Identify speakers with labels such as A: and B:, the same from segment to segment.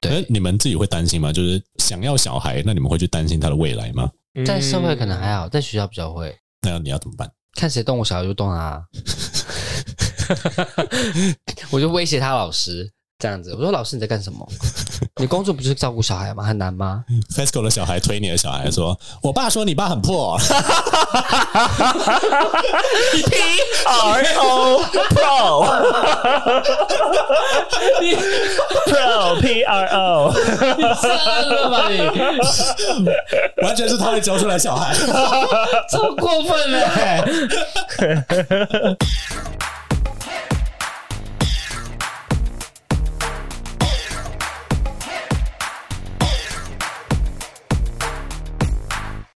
A: 那
B: 对，
A: 你们自己会担心吗？就是想要小孩，那你们会去担心他的未来吗？
B: 在社会可能还好，在学校比较会
A: 那你要怎么办？
B: 看谁动我小孩就动啊， 我就威胁他老师这样子，我说老师你在干什么？你工作不就是照顾小孩吗？很难吗？
A: FESCO 的小孩推你的小孩说：“我爸说你爸很破。
B: 屁！
C: R O Pro Pro P R O，
B: 真了吧你，”
A: 完全是他会教出来小孩。
B: 超过分了、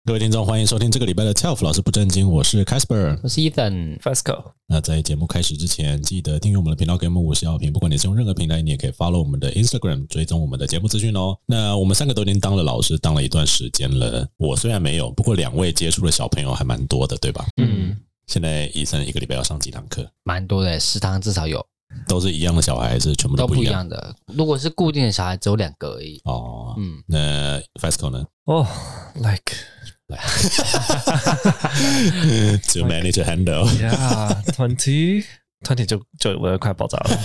A: 各位听众，欢迎收听这个礼拜的 Telf 老师不正经，我是 Casper。
B: 我是 Ethan，
C: Fesco
A: 那在节目开始之前，记得订阅我们的频道，给我们五星好评。不管你是用任何平台，你也可以 follow 我们的 Instagram，追踪我们的节目资讯哦。那我们三个都已经当了老师，当了一段时间了。我虽然没有，不过两位接触的小朋友还蛮多的，对吧？
B: 嗯，
A: 现在医生一个礼拜要上几堂课？
B: 蛮多的，食堂至少有
A: 都是一样的小孩，还是全部
B: 都
A: 都不
B: 不
A: 一
B: 一
A: 样？
B: 样的。如果是固定的小孩，只有两个而已。
A: 哦，
B: 嗯，
A: 那 FESCO 呢？
C: 哦、l i k
A: to manage to handle，
C: e yeah twenty twenty 就就我快爆炸了，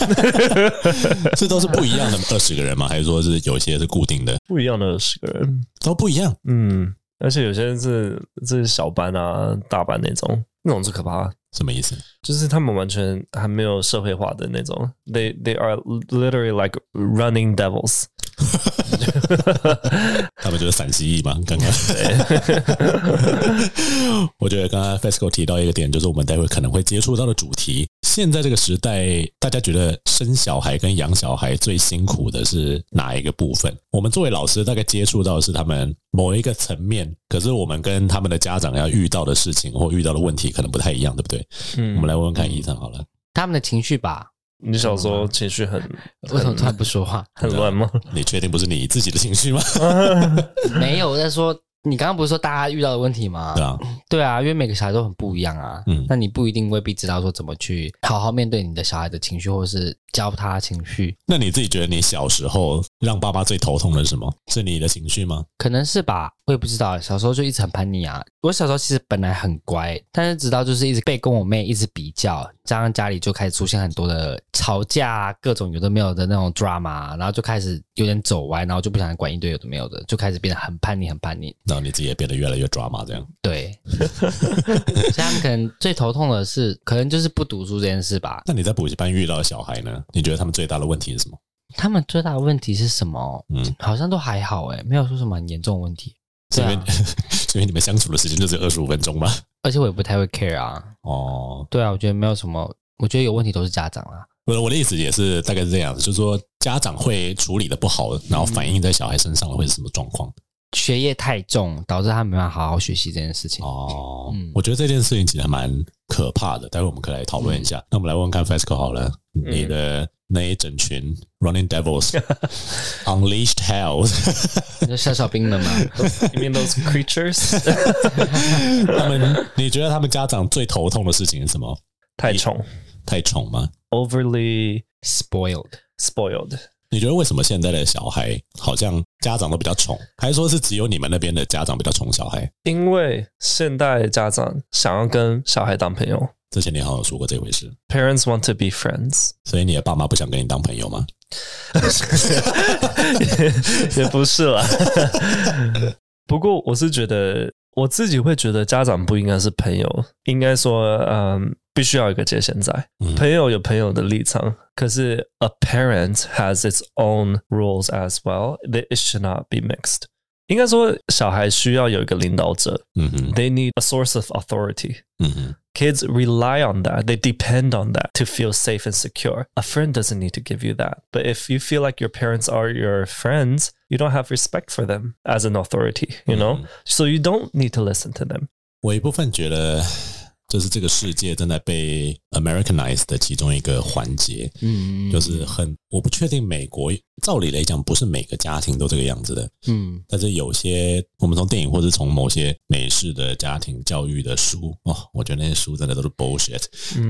A: 这都是不一样的二十个人吗？还是说是有一些是固定的？
C: 不一样的十个人，
A: 都不一样，
C: 嗯，而且有些是是小班啊、大班那种，那种最可怕，
A: 什么意思？
C: 就是他们完全还没有社会化的那种，they they are literally like running devils，
A: 他们就是陕西裔嘛。刚刚， 我觉得刚刚 FESCO 提到一个点，就是我们待会可能会接触到的主题。现在这个时代，大家觉得生小孩跟养小孩最辛苦的是哪一个部分？我们作为老师，大概接触到的是他们某一个层面，可是我们跟他们的家长要遇到的事情或遇到的问题可能不太一样，对不对？
C: 嗯，
A: 我们来问问看医生好了，
B: 他们的情绪吧，
C: 你小时候情绪很
B: 为什么突然不说话？
C: 很乱吗？
A: 你确定不是你自己的情绪吗？
B: 没有我在说，你刚刚不是说大家遇到的问题吗？
A: 对啊，
B: 对啊，因为每个小孩都很不一样啊。
A: 嗯
B: 那你不一定未必知道说怎么去好好面对你的小孩的情绪，或者是教他情绪，
A: 那你自己觉得你小时候让爸妈最头痛的是什么？是你的情绪吗？
B: 可能是吧，我也不知道。欸小时候就一直很叛逆啊。我小时候其实本来很乖，但是直到就是一直被跟我妹一直比较，加上家里就开始出现很多的吵架、啊，各种有的没有的那种 drama，啊然后就开始有点走歪，然后就不想管一堆有的没有的，就开始变得很叛逆，很叛逆。
A: 然后你自己也变得越来越抓马，这样
B: 对， 所以他们可能最头痛的是，可能就是不读书这件事吧。
A: 那你在补习班遇到的小孩呢？你觉得他们最大的问题是什么？
B: 他们最大的问题是什么？
A: 嗯，
B: 好像都还好哎、没有说什么很严重的问题。
A: 是因为、
B: 对啊
A: 是因为你们相处的时间就只有二十五分钟吗？
B: 而且我也不太会 care 啊。
A: 哦，
B: 对啊，我觉得没有什么，我觉得有问题都是家长啦。
A: 我的我的意思也是大概是这样，就是说家长会处理的不好，然后反映在小孩身上了会是什么状况？
B: 学业太重，导致他没办法好好学习这件事情。
A: 哦，
B: 嗯
A: 我觉得这件事情其实还蛮可怕的，待会我们可以来讨论一下。
B: 嗯
A: 那我们来问问看 FESCO 好了，你的那一整群 Running Devils Unleashed Hell
B: 你说小小兵们嘛，
C: You mean those creatures？
A: 他们，你觉得他们家长最头痛的事情是什么？
C: 太宠
A: 太宠吗？
C: ，overly
B: spoiled，
C: spoiled。
A: 你觉得为什么现在的小孩好像家长都比较宠，还是说是只有你们那边的家长比较宠小孩？
C: 因为现代家长想要跟小孩当朋友
A: 之前你好像有说过这回事，
C: ，parents want to be friends，
A: 所以你的爸妈不想跟你当朋友吗？
C: 也不是啦。 不过我是觉得，我自己会觉得家长不应该是朋友，应该说，嗯，必须要有一个界限在。
A: 嗯
C: 朋友有朋友的立场，可是 a parent has its own rules as well. That it should not be mixed. 应该说，小孩需要有一个领导者
A: 嗯哼，
C: ，they need a source of authority.
A: 嗯哼，
C: Kids rely on that. They depend on that to feel safe and secure. A friend doesn't need to give you that. But if you feel like your parents are your friends, you don't have respect for them
A: Mm-hmm.
C: as an authority, you know? So you don't need to listen to them.
A: 我一部分觉得这是这个世界正在被 Americanize 的其中一个环节，
B: 嗯，
A: 就是很我不确定美国，照理来讲不是每个家庭都这个样子的，
B: 嗯
A: 但是有些我们从电影或者从某些美式的家庭教育的书哦，我觉得那些书真的都是 bullshit，、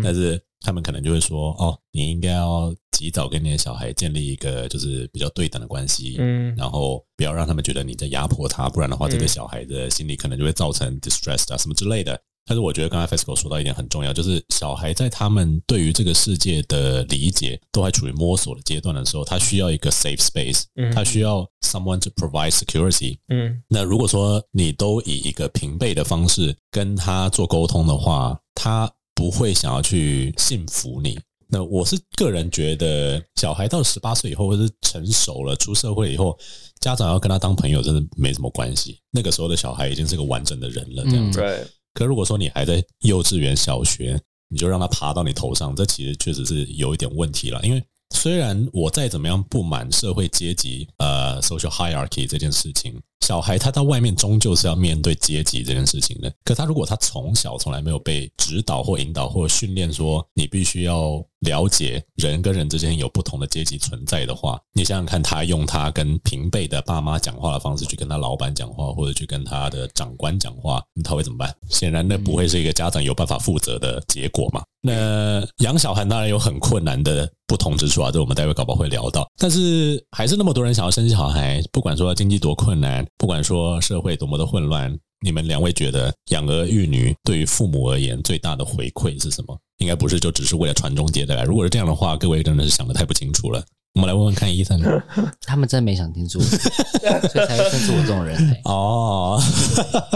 A: 但
C: 嗯
A: 是他们可能就会说哦，你应该要及早跟你的小孩建立一个就是比较对等的关系，
C: 嗯
A: 然后不要让他们觉得你在压迫他，不然的话，这个小孩的心理可能就会造成 distress 啊什么之类的。但是我觉得刚才 FESCO 说到一点很重要，就是小孩在他们对于这个世界的理解都还处于摸索的阶段的时候，他需要一个 safe space，
C: 嗯
A: 他需要 someone to provide security，
C: 嗯
A: 那如果说你都以一个平辈的方式跟他做沟通的话，他不会想要去信服你。那我是个人觉得，小孩到十八岁以后，或者是成熟了、出社会以后，家长要跟他当朋友，真的没什么关系。那个时候的小孩已经是个完整的人了，这样子。
C: ，right，
A: 可如果说你还在幼稚园、小学，你就让它爬到你头上，这其实确实是有一点问题了。因为虽然我再怎么样不满社会阶级、呃 social hierarchy 这件事情，小孩他到外面终究是要面对阶级这件事情的。可他如果他从小从来没有被指导或引导或训练说你必须要了解人跟人之间有不同的阶级存在的话，你想想看，他用他跟平辈的爸妈讲话的方式去跟他老板讲话，或者去跟他的长官讲话，嗯他会怎么办？显然那不会是一个家长有办法负责的结果嘛。那养小孩当然有很困难的不同之处啊，这我们待会搞不好会聊到。但是还是那么多人想要生小孩，不管说经济多困难，不管说社会多么的混乱，你们两位觉得养儿育女对于父母而言最大的回馈是什么？应该不是就只是为了传宗接代。如果是这样的话，各位真的是想的太不清楚了。我们来问问看医生
B: 他们真的没想清 楚，所以才会认识我这种人、欸。
A: 哦，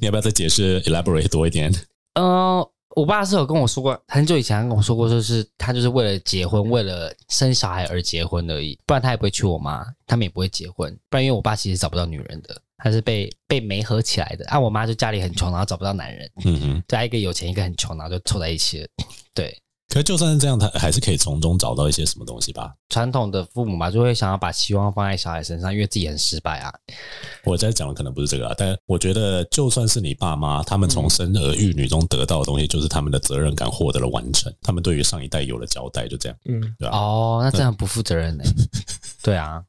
A: 你要不要再解释 elaborate 多一点？
B: 呃，我爸是有跟我说过，很久以前他跟我说过，就是他就是为了结婚，为了生小孩而结婚而已，不然他也不会娶我妈，他们也不会结婚，不然因为我爸其实找不到女人的，他是被被媒合起来的。啊，我妈就家里很穷，然后找不到男人，
A: 嗯哼。
B: 加一个有钱，一个很穷，然后就凑在一起了。对，
A: 可就算是这样，他还是可以从中找到一些什么东西吧。
B: 传统的父母嘛，就会想要把希望放在小孩身上，因为自己很失败啊。
A: 我在讲的可能不是这个啊，但我觉得就算是你爸妈，他们从生儿育女中得到的东西，就是他们的责任感获得了完成，他们对于上一代有了交代，就这样。
C: 嗯，
B: 哦，那这样不负责任呢、对啊，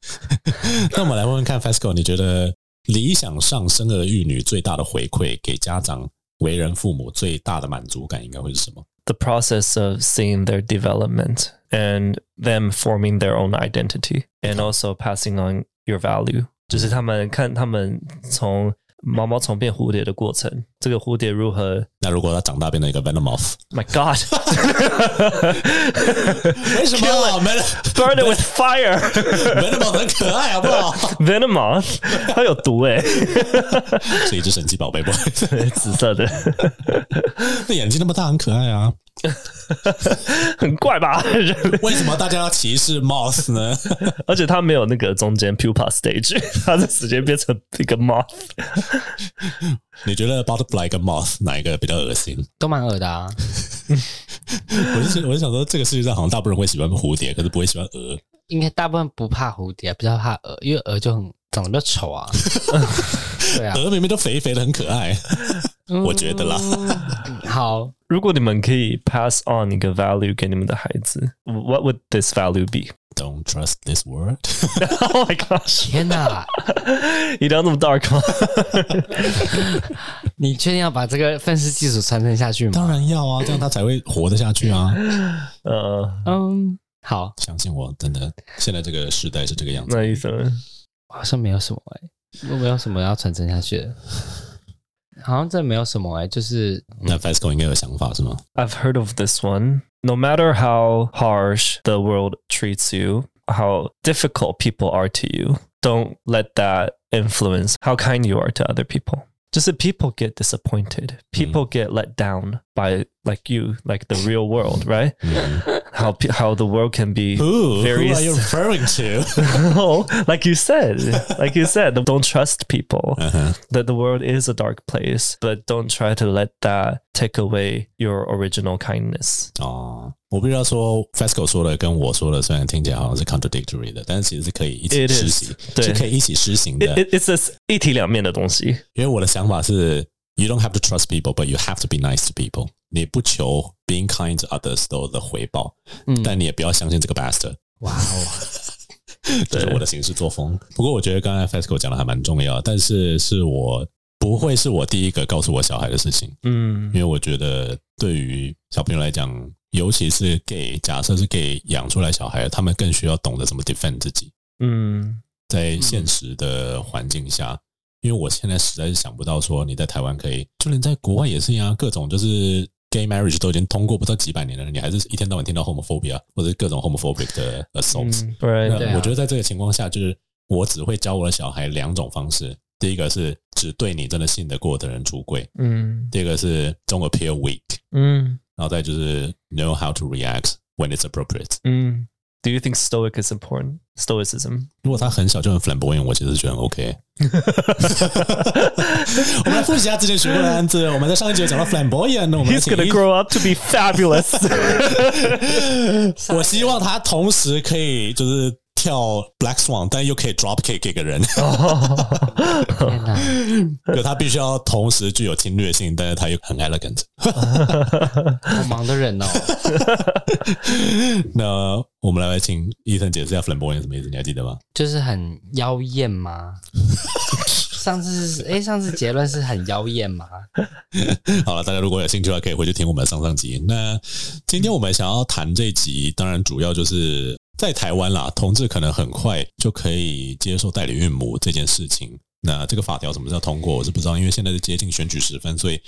A: 那我们来问问看 FESCO，你觉得理想上生儿育女最大的回馈给家长为人父母最大的满足感应该会是什么？
C: the process of seeing their development and them forming their own identity and also passing on your value. 就是他们看他们从毛毛虫变蝴蝶的过程，这个蝴蝶如何
A: 那如果他长大变成一个 Venomoth，
C: ？My God,
A: 为 什么啊 Ven
C: burn it with fire,
A: Venomoth 很可爱，好不 好？
C: Venomoth，它有毒哎、
A: 是一只神奇宝贝，不好意思，
C: 紫色的，
A: 那眼睛那么大，很可爱啊。
C: 很 怪吧？
A: 为什么大家要歧视 Moth 呢？
C: 而且它没有那个中间 pupa stage，它 是直接变成一个 moth。
A: 你觉得 butterfly 跟 moth 哪一个比较恶心？
B: 都蛮恶的啊。
A: 我就是我就想说，这个世界上好像大部分人会喜欢蝴蝶，可是不会喜欢鹅。
B: 应该大部分不怕蝴蝶，比较怕鹅，因为鹅就很长得比较丑 啊。对啊，
A: 鹅明明都肥肥的，很可爱。
B: 嗯
A: 我觉得啦。
B: 好，
C: 如果你们可以 pass on 一个 value 给你们的孩子，what would this value be？
A: Don't trust this word。
C: Oh my gosh！
B: 天 哪，
C: 一定要那么 dark 吗？
B: 你确定要把这个愤世嫉俗传承下去吗？
A: 当然要啊，这样他才会活得下去 啊！
C: 呃，
B: 嗯，好，
A: 相信我，真的，现在这个时代是这个样子。
C: 那意思呢
B: 好像没有什么哎、我没有什么要传承下去的，好像真的没有什么哎、就是
C: 嗯
A: 那 FESCO 应该有想法是吗？
C: ？I've heard of this one. No matter how harsh the world treats you, how difficult people are to you, don't let that influence how kind you are to other people. Just people get disappointed. People get let down by like you, like the real world, right?
A: 嗯
C: How pe- how the world can be
A: Who who
C: Various-
A: are you referring to？
C: no, like you said, like you said, don't trust people.
A: 嗯哼
C: That the world is a dark place, but don't try to let that take away your original kindness.
A: 哦，我必须要说，FESCO 说的跟我说的虽然听起来好像是 contradictory 的，但是其实是可以一起
C: It
A: 实行
C: is，对
A: 是可以一起实行的
C: It, it, it's this 一体两面的东西。
A: 因为我的想法是， you don't have to trust people, but you have to be nice to people。你不求 being kind to others 都的回报，
B: 嗯
A: 但你也不要相信这个 bastard。
B: 哇哦，
A: 这是我的行事作风。不过我觉得刚才 FESCO 讲的还蛮重要，但是是我不会是我第一个告诉我小孩的事情，
C: Mm,
B: 嗯
A: 因为我觉得对于小朋友来讲，尤其是 gay，假设是 gay 养出来小孩，他们更需要懂得怎么 defend 自己，
C: mm,
A: 在
B: 嗯
A: 现实的环境下。因为我现在实在是想不到说你在台湾可以，就连在国外也是一样，各种就是 gay marriage 都已经通过不知道几百年了，你还是一天到晚听到 homophobia 或者是各种 homophobic 的 assaults。
C: mm, right.
B: 嗯对
A: 那
B: 啊
A: 我觉得在这个情况下，就是我只会教我的小孩两种方式：第一个是只对你真的信得过的人出柜；
C: Mm,
A: 第二个是 don't appear weak，然后再就是 know how to react when it's appropriate。
C: mm. Do you think Stoic is important? Stoicism.
A: 如果他很小就很反驳我其实觉得很 OK。我们来复习一下之前学过的单词。我们在上一节有讲到 flamboyant，那我们
C: He's
A: 请
C: gonna grow up to be fabulous.
A: 我希望他同时可以就是跳 black swan，但又可以 drop kick 给个人。
B: 天 哪，
A: 就他必须要同时具有侵略性，但是他又很 elegant。
B: 好忙的人哦，
A: 那我们来请伊森解释一下 flamboyant 什么意思，你还记得吗？
B: 就是很妖艳吗？上次是哎，上次结论是很妖艳吗？
A: 好了，大家如果有兴趣的话，可以回去听我们的上上集。那今天我们想要谈这一集，当然主要就是在台湾啦，同志可能很快就可以接受代理孕母这件事情。那这个法条什么时候通过，我是不知道，因为现在是接近选举时分，所以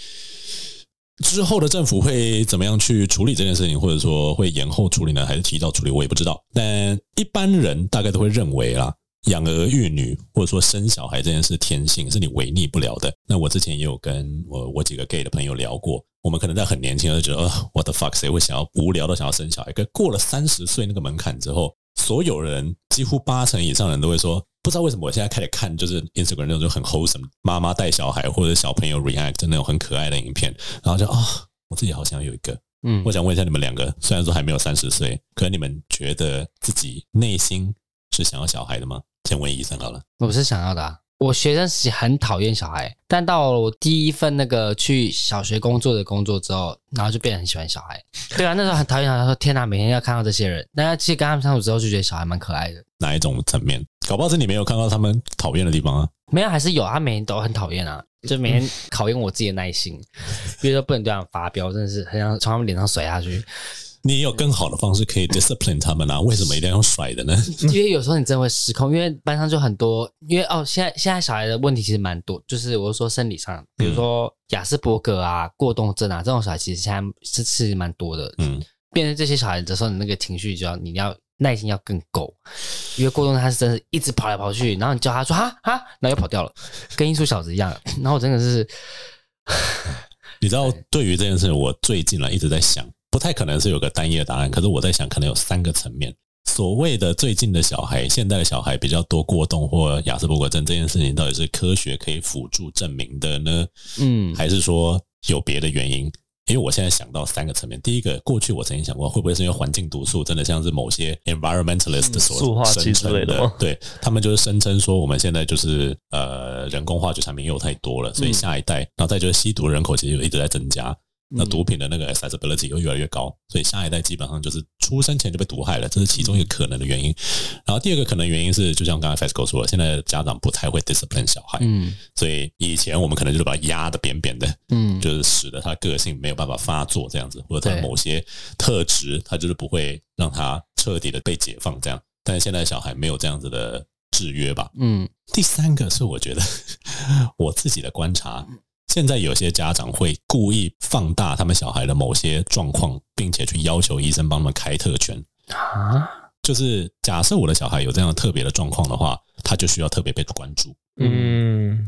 A: 之后的政府会怎么样去处理这件事情，或者说会延后处理呢，还是提早处理，我也不知道。但一般人大概都会认为啦，养儿育女或者说生小孩这件事天性是你违逆不了的。那我之前也有跟我我几个 gay 的朋友聊过，我们可能在很年轻的时候就觉得，呃，what the fuck，谁会想要无聊到想要生小孩？可过了三十岁那个门槛之后，所有人几乎八成以上人都会说。不知道为什么，我现在开始看就是 Instagram 那种就很 wholesome 妈妈带小孩或者小朋友 react 的那种很可爱的影片，然后就啊、我自己好想有一个。
B: 嗯
A: 我，想问一下你们两个，虽然说还没有三十岁，可你们觉得自己内心是想要小孩的吗？先问医生好了。
B: 我是想要的、啊。我学生时期很讨厌小孩，但到了我第一份那个去小学工作的工作之后，然后就变得很喜欢小孩。对啊，那时候很讨厌小孩，说天哪、每天要看到这些人。但是其实跟他们相处之后，就觉得小孩蛮可爱的。
A: 哪一种层面？搞不好是你没有看到他们讨厌的地方啊。
B: 没有，还是有，他每天都很讨厌啊，就每天考验我自己的耐心，比如说不能对他们发飙，真的是很想从他们脸上甩下去。
A: 你也有更好的方式可以 discipline 他们啊？为什么一定要用甩的呢？
B: 因为有时候你真的会失控，因为班上就很多，因为哦，现在现在小孩的问题其实蛮多，就是我是说生理上，比如说雅斯伯格啊、过动症啊这种小孩，其实现在是其实蛮多的。
A: 嗯，
B: 变成这些小孩的时候，你那个情绪就要你要耐心要更够，因为过动症他是真的一直跑来跑去，然后你叫他说哈哈，然后又跑掉了，跟艺术小子一样。然后我真的是
A: 你知道，对于这件事，我最近来啊一直在想，不太可能是有个单一的答案，可是我在想，可能有三个层面。所谓的最近的小孩，现在的小孩比较多过动或亚斯伯格症这件事情，到底是科学可以辅助证明的呢？
B: 嗯
A: 还是说有别的原因？因为我现在想到三个层面，第一个，过去我曾经想过，会不会是因为环境毒素真的像是某些 environmentalist
C: 嗯塑
A: 所
C: 化
A: 声
C: 剂
A: 称
C: 之类的吗
A: 对他们就是声称说我们现在就是呃人工化学产品又太多了，所
C: 嗯
A: 以下一代，然后再就是吸毒人口其实一直在增加，
C: 嗯
A: 那毒品的那个 accessibility 又越来越高，所以下一代基本上就是出生前就被毒害了，这是其中一个可能的原因。然后第二个可能原因是，就像刚才 Fesco 说的，现在的家长不太会 discipline 小孩，
B: 嗯
A: 所以以前我们可能就是把他压得扁扁的，
B: 嗯
A: 就是使得他个性没有办法发作这样子，或者他
B: 对
A: 某些特质，他就是不会让他彻底的被解放这样。但是现在小孩没有这样子的制约吧？
B: 嗯
A: 第三个是我觉得 我自己的观察，现在有些家长会故意放大他们小孩的某些状况，并且去要求医生帮他们开特权。
B: 啊
A: 就是假设我的小孩有这样特别的状况的话，他就需要特别被关注。
C: Mm.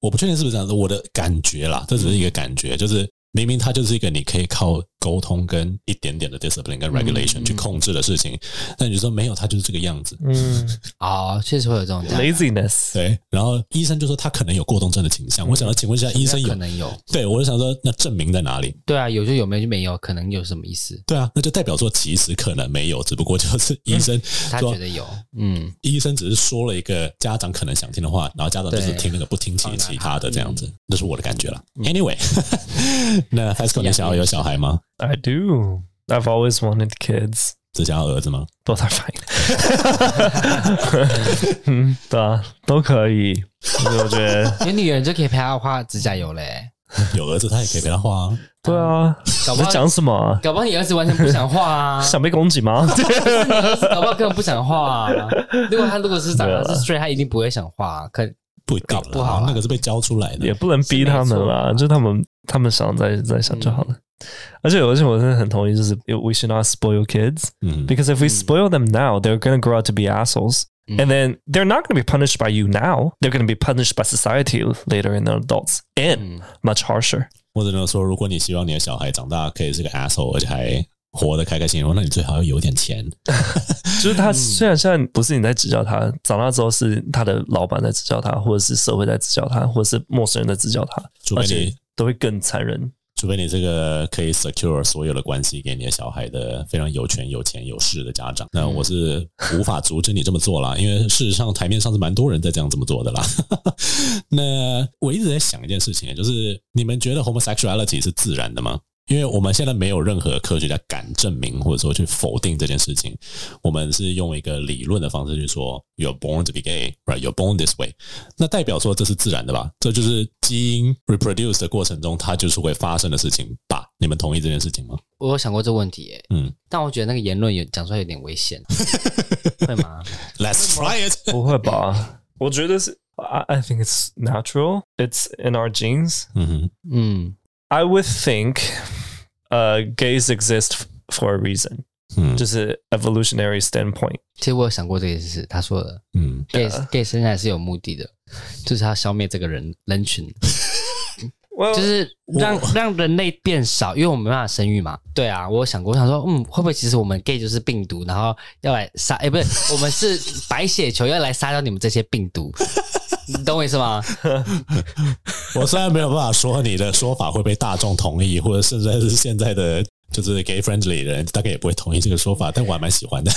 A: 我不确定是不是这样子，我的感觉啦，这只是一个感觉，就是明明他就是一个你可以靠沟通跟一点点的 discipline 跟 regulation、
B: 嗯
A: 去控制的事情。但你就说没有，他就是这个样子。
C: mm.
B: 哦，确实会有这种这样的
C: laziness.
A: 对，然后医生就说他可能有过动症的倾向。我想要请问一下，医生有
B: 嗯可？能有，
A: 对，我就想说，那证明在哪里？
B: 对啊，有就有，没有就没有，可能有什么意思？
A: 对啊，那就代表说其实可能没有，只不过就是医生
B: 他
A: 说
B: 觉得有，嗯，
A: 医生只是说了一个家长可能想听的话，然后家长就是
B: 对
A: 听那个不听其
B: 放大
A: 其
B: 它
A: 他的这样
B: 嗯
A: 子，这是我的感觉了。Anyway，那 Fasco，你
B: 养
A: 想要有小孩吗？
C: I do. I've always wanted kids.
A: 只想要儿子 吗？
C: Both are fine. 嗯，对啊，都可以。所以我觉得，
B: 有女人就可以陪他画指甲油嘞，
A: 有儿子他也可以陪他画啊。
C: 对啊，
B: 搞不
C: 你
B: 好-
C: 在讲什么啊？
B: 搞不好你儿子完全不想画 啊，
C: 想被攻击吗？
B: 搞不好根本不想画啊。如果他如果是长
C: 没有
B: 得
C: 啦
B: 是 straight，他一定不会想画、啊，可
A: 不一定啦
B: 搞不好啦
A: 那个是被教出来的
C: 啊也。不能逼他们啦，就他们他们想再再想就好了。而且而且我真的很同意，就是 we should not spoil kids
A: 嗯，
C: because if we
B: 嗯
C: spoil them now, they're going to grow up to be assholes,
B: 嗯
C: and then they're not going to be punished by you now. They're going to be punished by society later in their adults and
B: 嗯，
C: much harsher.
A: 或者呢说，如果你希望你的小孩长大可以是个 asshole，而且还活得开开心心，那你最好要有点钱。
C: 就是他虽然现在不是你在指教他，长大之后是他的老板在指教他，或者是社会在指教他，或者是陌生人在指教他，
A: 除
C: 而
A: 非
C: 且
A: 你，
C: 都会更残忍。
A: 除非你这个可以 secure 所有的关系给你的小孩的非常有权、有钱、有势的家长，那我是无法阻止你这么做啦。因 为事实上，台面上是蛮多人在这样这么做的啦。 那我一直在想一件事情，就是你们觉得 homosexuality 是自然的吗？因为我们现在没有任何科学家敢证明或者说去否定这件事情，我们是用一个理论的方式去说，you're born to be gay，right？You're born this way。那代表说这是自然的吧？这就是基因 reproduce 的过程中，它就是会发生的事情吧？你们同意这件事情吗？
B: 我有想过这个问题、耶，
A: 嗯
B: 但我觉得那个言论有讲出来有点危险，会吗？
A: ，Let's try it。
C: 不会吧？ 我觉得是，I I think it's natural. It's in our genes.
A: 嗯哼，
B: 嗯
C: I would think, uh, gays exist for a reason.
A: 嗯，
C: 就是是 evolutionary standpoint.
B: 其实我有想过这件事，他说的
A: 嗯，
B: gay gay 生下来是有目的的，就是要消灭这个人人群，
C: Well,
B: 就是让 让人类变少，因为我们没办法生育嘛。对啊，我有想过，我想说，嗯，会不会其实我们 gay 就是病毒，然后要来杀？哎、不是，我们是白血球要来杀掉你们这些病毒，你懂我意思 吗？
A: 我虽然没有办法说你的说法会被大众同意，或者甚至是现在的就是 gay friendly 人大概也不会同意这个说法，但我还蛮喜欢的，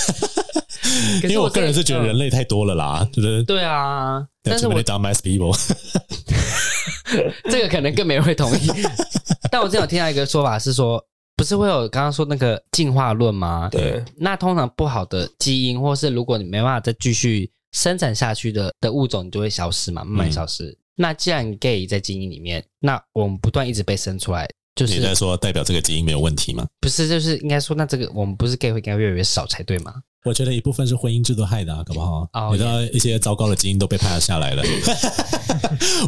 B: 可
A: 因为我
B: 真
A: 个
B: 的
A: 人是觉得人类太多了啦，就是
B: 嗯对啊，但
A: that's
B: 是
A: too
B: 我
A: many dumbass people。
B: 这个可能更没人会同意。 但我之前有听到一个说法是说，不是会有刚刚说那个进化论吗？
C: 对，
B: 那通常不好的基因，或是如果你没办法再继续生产下去的的物种，你就会消失嘛，
C: 嗯
B: 慢慢消失。那既然 gay 在基因里面，那我们不断一直被生出来，就
A: 你在
B: 是
A: 说代表这个基因没有问题吗？
B: 不是就是应该说，那这个我们不是 gay 会应该越来越少才对 吗？
A: 我觉得一部分是婚姻制度害的、啊，搞不好、
B: 哦
A: 你知道一些糟糕的基因都被判下来了。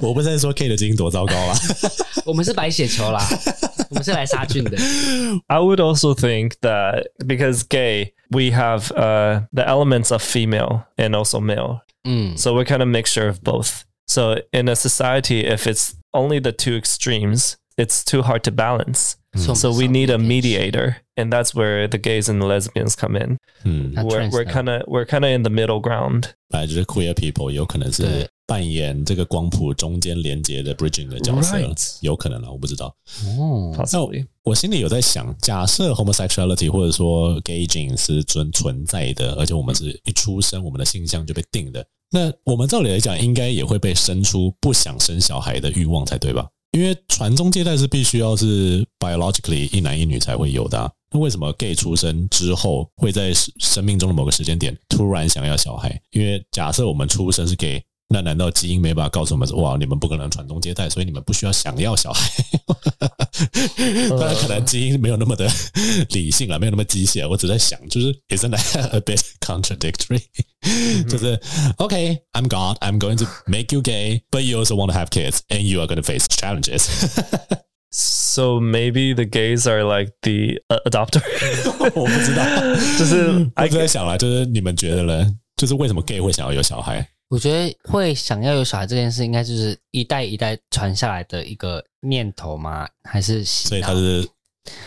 A: 我不是在说 K 的基因多糟糕啊，
B: 我们是白血球 啦，我们是来杀菌的。
C: I would also think that because gay, we have uh, the elements of female and also male.
B: 嗯
C: So we're kind of mixture of both. So in a society, if it's only the two extremes, it's too hard to balance.
B: 所以我们
C: 嗯 So we need a
B: 少了一点
C: mediator, and that's where the gays and the lesbians come in.
A: 嗯，
B: 那
C: We're
B: trans
C: we're
B: 呢
C: kind of we're kind of in the middle ground.
A: 本来就是 queer people，有可能是
B: 对
A: 扮演这个光谱中间连接的 bridging 的角色
C: Right
A: 有可能啊，我不知道。
B: 哦，
C: Possibly.
A: 我心里有在想，假设 homosexuality 或者说 gay gene 是存存在的，而且我们是一出生我们的性向就被定的，那我们照理来讲，应该也会被生出不想生小孩的欲望才对吧？因为传宗接代是必须要是 biologically 一男一女才会有的、啊，那为什么 gay 出生之后会在生命中的某个时间点突然想要小孩？因为假设我们出生是 gay。那难道基因没办法告诉我们说，哇，你们不可能传宗接代，所以你们不需要想要小孩？
C: 嗯
A: 当然，可能基因没有那么的理性啊，没有那么机械啊。我只在想，就是 isn't that a bit contradictory？就是
C: 嗯
A: OK, I'm God, I'm going to make you gay, but you also want to have kids, and you are going to face challenges
C: So maybe the gays are like the uh, adopter.
A: 我不知道，嗯
C: 就是
A: 我只在想啦，就是你们觉得呢？就是为什么 gay 会想要有小孩？
B: 我觉得会想要有小孩这件事，应该就是一代一代传下来的一个念头吗？还是洗脑
A: 所以他是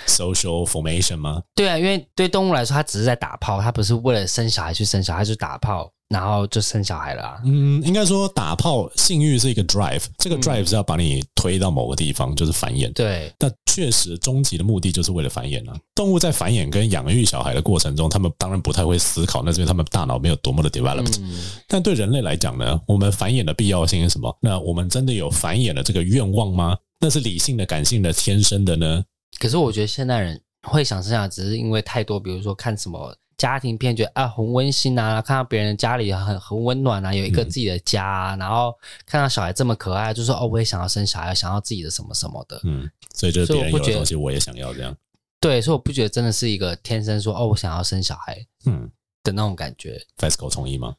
A: social formation 吗？
B: 对啊，因为对动物来说，它只是在打炮，它不是为了生小孩去生小孩，它就打炮，然后就生小孩了啊。
A: 嗯，应该说打炮性欲是一个 drive，这个
B: 嗯
A: drive 是要把你推到某个地方，就是繁衍。
B: 对，
A: 那确实，终极的目的就是为了繁衍啊。动物在繁衍跟养育小孩的过程中，他们当然不太会思考，那是因为他们大脑没有多么的 developed。
B: 嗯，
A: 但对人类来讲呢，我们繁衍的必要性是什么？那我们真的有繁衍的这个愿望吗？那是理性的、感性的、天生的呢？
B: 可是我觉得现代人会想生小孩，只是因为太多，比如说看什么家庭片，觉得啊很温馨啊，看到别人的家里很很温暖啊，有一个自己的家、啊，然后看到小孩这么可爱，就说哦，我也想要生小孩，想要自己的什么什么的。
A: 嗯，所以就是
B: 所以
A: 别人
B: 我不
A: 有的
B: 觉得
A: 东西，我也想要这样。
B: 对，所以我不觉得真的是一个天生说哦，我想要生小孩
A: 嗯
B: 的那种感觉。
A: ，FESCO 同意吗？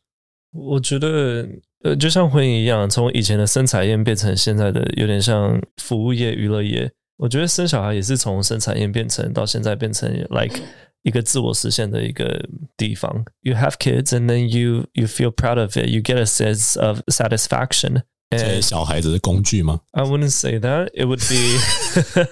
C: 我觉得，呃，就像婚姻一样，从以前的生产业变成现在的，有点像服务业、娱乐业。我觉得生小孩也是从生产业变成到现在变成 like 一个自我实现的一个地方。You have kids and then you you feel proud of it. You get a sense of satisfaction.
B: 呃
A: 所以
C: And
A: 小孩子是工具吗？
C: I wouldn't say that. It would be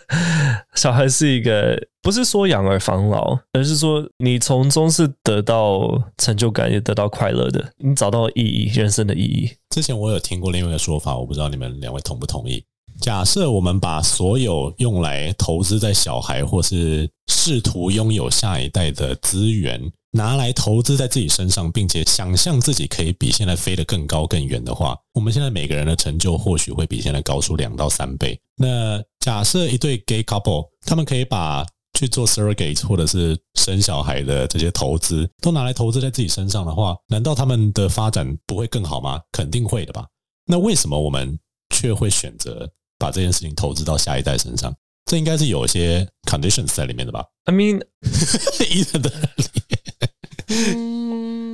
C: 小孩是一个，不是说养儿防老，而是说你从中是得到成就感，也得到快乐的，你找到意义，人生的意义。
A: 之前我有听过另外一个说法，我不知道你们两位同不同意。假设我们把所有用来投资在小孩或是试图拥有下一代的资源拿来投资在自己身上，并且想象自己可以比现在飞得更高更远的话，我们现在每个人的成就或许会比现在高出两到三倍。那假设一对 gay couple，他们可以把去做 surrogate 或者是生小孩的这些投资，都拿来投资在自己身上的话，难道他们的发展不会更好吗？肯定会的吧。那为什么我们却会选择把这件事情投资到下一代身上？这应该是有一些 conditions 在里面的吧？
C: I mean，
A: 伊人的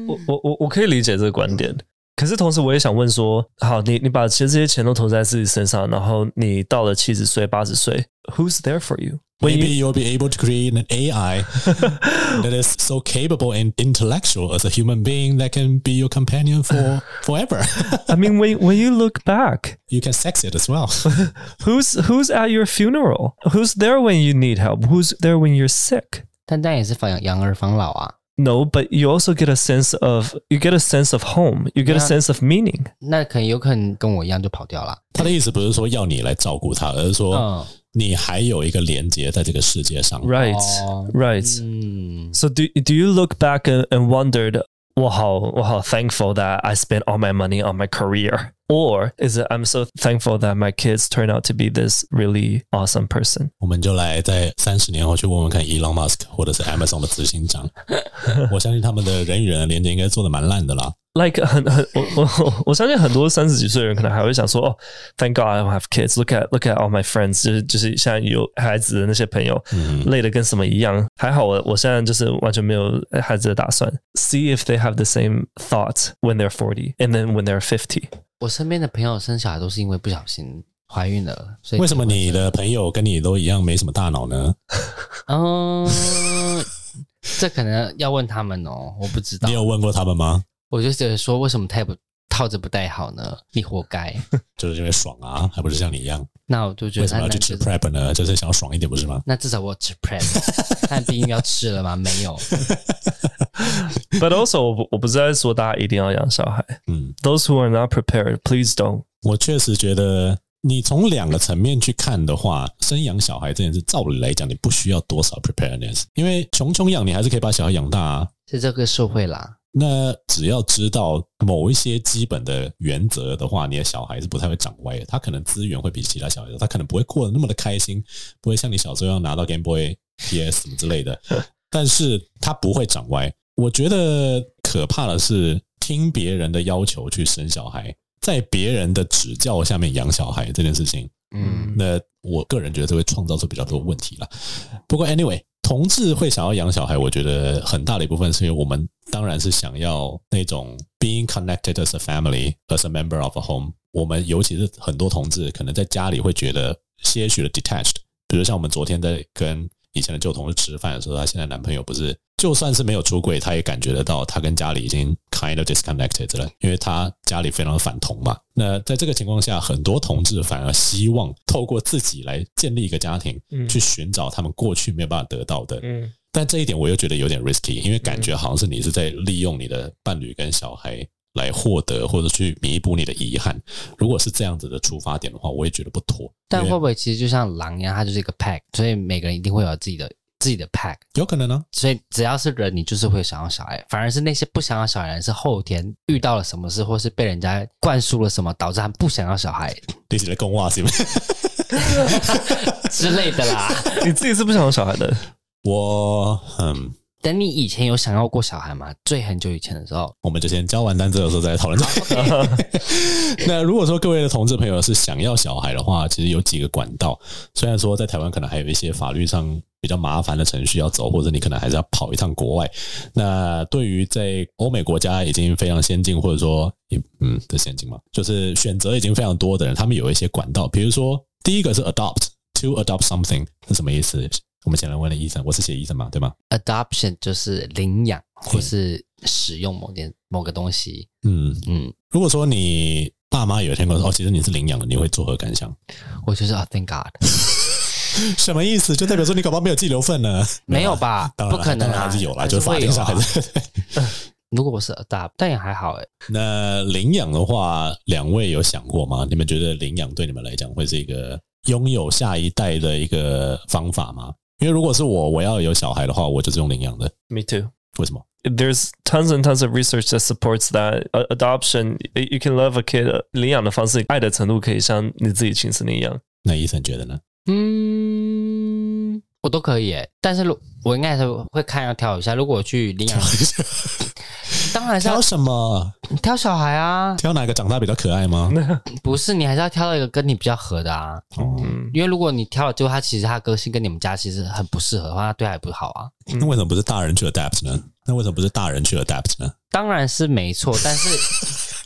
C: 我我我我可以理解这个观点，可是同时我也想问说，好，你你把其实这些钱都投在自己身上，然后你到了七十岁、八十岁，Who's there for you？
A: Maybe you'll be able to create an AI that is so capable and intellectual as a human being that can be your companion for forever.
C: I mean, when when you look back,
A: You can sex it as well.
C: who's who's at your funeral? Who's there when you need help? Who's there when you're sick?
B: 但但也是防养儿防老啊。
C: No, but you also get a sense of you get a sense of home. You get a
B: Yeah.
C: sense of meaning.
B: 那可能有可能跟我一样就跑掉了。
A: 他的意思不是说要你来照顾他，而是说
B: 嗯，
A: 你还有一个连接在这个世界上。
C: Right,
B: Oh.
C: right.
B: 嗯，
C: So do do you look back and, and wondered, well, how well, how thankful that I spent all my money on my career, or is it I'm so thankful that my kids turned out to be this really awesome person?
A: 我们就来在三十年后去问问看 Elon Musk 或者是 Amazon 的执行长，我相信他们的人与人的连接应该做的蛮烂的啦。
C: Like 很很我我我相信很多三十几岁的人可能还会想说哦、oh,，Thank God I don't have kids. Look at look at all my friends. 就是就是现在有孩子的那些朋友，
A: 嗯，
C: 累得跟什么一样。还好我我现在就是完全没有孩子的打算。See if they have the same thoughts when they're forty and then when they're fifty。
B: 我身边的朋友生小孩都是因为不小心怀孕了，所以
A: 为什么你的朋友跟你都一样没什么大脑呢？
B: 嗯， 这可能要问他们哦，我不知道
A: 你。有问过他们吗？
B: 我就觉得说，为什么太不套着不戴好呢？你活该。
A: 就是因为爽啊，还不是像你一样？
B: 那我就觉
A: 为
B: 得
A: 什么
B: 那
A: 要
B: 那
A: 去吃 prep 呢？就是想要爽一点，不是吗？
B: 那至少我吃 prep，但 避孕药吃了吗？没有。
C: But also 我不我不是在说大家一定要养小孩。
A: 嗯，
C: Those who are not prepared, please don't.
A: 我确实觉得，你从两个层面去看的话，生养小孩这件事，照理来讲，你不需要多少 preparedness，因为穷穷养你还是可以把小孩养大啊。
B: 是这个社会啦，
A: 那只要知道某一些基本的原则的话，你的小孩是不太会长歪的。他可能资源会比其他小孩多，他可能不会过得那么的开心，不会像你小时候要拿到 Game Boy、PS 什么之类的，但是他不会长歪。我觉得可怕的是听别人的要求去生小孩，在别人的指教下面养小孩这件事情，
B: 嗯，
A: 那我个人觉得这会创造出比较多问题了。不过，anyway，同志会想要养小孩，我觉得很大的一部分是因为我们当然是想要那种 being connected as a family, as a member of a home。我们尤其是很多同志，可能在家里会觉得些许的 detached。比如像我们昨天在跟以前的旧同事吃饭的时候，她现在男朋友不是就算是没有出轨，他也感觉得到他跟家里已经 kind of disconnected 了，因为他家里非常的反同嘛。那在这个情况下，很多同志反而希望透过自己来建立一个家庭，
C: 嗯
A: 去寻找他们过去没有办法得到的。
C: 嗯
A: 但这一点我又觉得有点 risky，因为感觉好像是你是在利用你的伴侣跟小孩来获得或者去弥补你的遗憾。如果是这样子的出发点的话，我也觉得不妥。
B: 但
A: 因
B: 会
A: 为
B: 不会其实就像狼一样，它就是一个 pack，所以每个人一定会有自己的自己的 pack，
A: 有可能呢、
B: 所以只要是人，你就是会想要小孩，反而是那些不想要小孩的人，是后天遇到了什么事，或是被人家灌输了什么，导致他们不想要 小孩
A: 你起来公话是不是？
B: 之类的啦。
C: 你自己是不想有小孩的，
A: 我嗯，
B: 等你以前有想要过小孩吗？最很久以前的时候，
A: 我们就先交完单字的时候再来讨论。 那如果说各位的同志朋友是想要小孩的话，其实有几个管道。虽然说在台湾可能还有一些法律上比较麻烦的程序要走，或者你可能还是要跑一趟国外。那对于在欧美国家已经非常先进，或者说也嗯的先进嘛，就是选择已经非常多的人，他们有一些管道，比如说第一个是 adopt，to adopt something 是什么意思？我们先来问了医生，我是写医生嘛，对吗？
B: adoption 就是领养或是使用某件某个东西。
A: 嗯，
B: 嗯，
A: 如果说你爸妈有一天跟我说，哦，其实你是领养的，你会作何感想？
B: 我就是啊 ，Thank God，
A: 什么意思？就代表说你搞不好没有寄留份呢？
B: 没有吧？
A: 当然
B: 不
A: 啦
B: 可能
A: 当然
B: 啊，
A: 还是有啦，
B: 还
A: 就是法
B: 会
A: 庭
B: 有
A: 上
B: 啊
A: 还是。
B: 如果我是 adopt，但也还好哎、
A: 那领养的话，两位有想过吗？你们觉得领养对你们来讲会是一个拥有下一代的一个方法吗？因为如果是我，我要有小孩的话，我就是用领养的。
C: Me too.
A: 为什么？
C: There's tons and tons of research that supports that A- adoption. You can love a kid uh, 领养的方式，爱的程度可以像你自己亲生的一样。
A: 那医生觉得呢？
B: 嗯，我都可以哎、但是如我应该是会看要挑一下。如果我去领养， 当然是要
A: 挑什么？
B: 挑小孩啊，
A: 挑哪个长大比较可爱吗？
B: 不是你还是要挑到一个跟你比较合的啊。
A: 哦，
C: 嗯，
B: 因为如果你挑了之后，他其实他个性跟你们家其实很不适合的话，他对他也不好啊。
A: 那为什么不是大人去 adapt 呢？那为什么不是大人去 adapt 呢？
B: 当然是没错，但是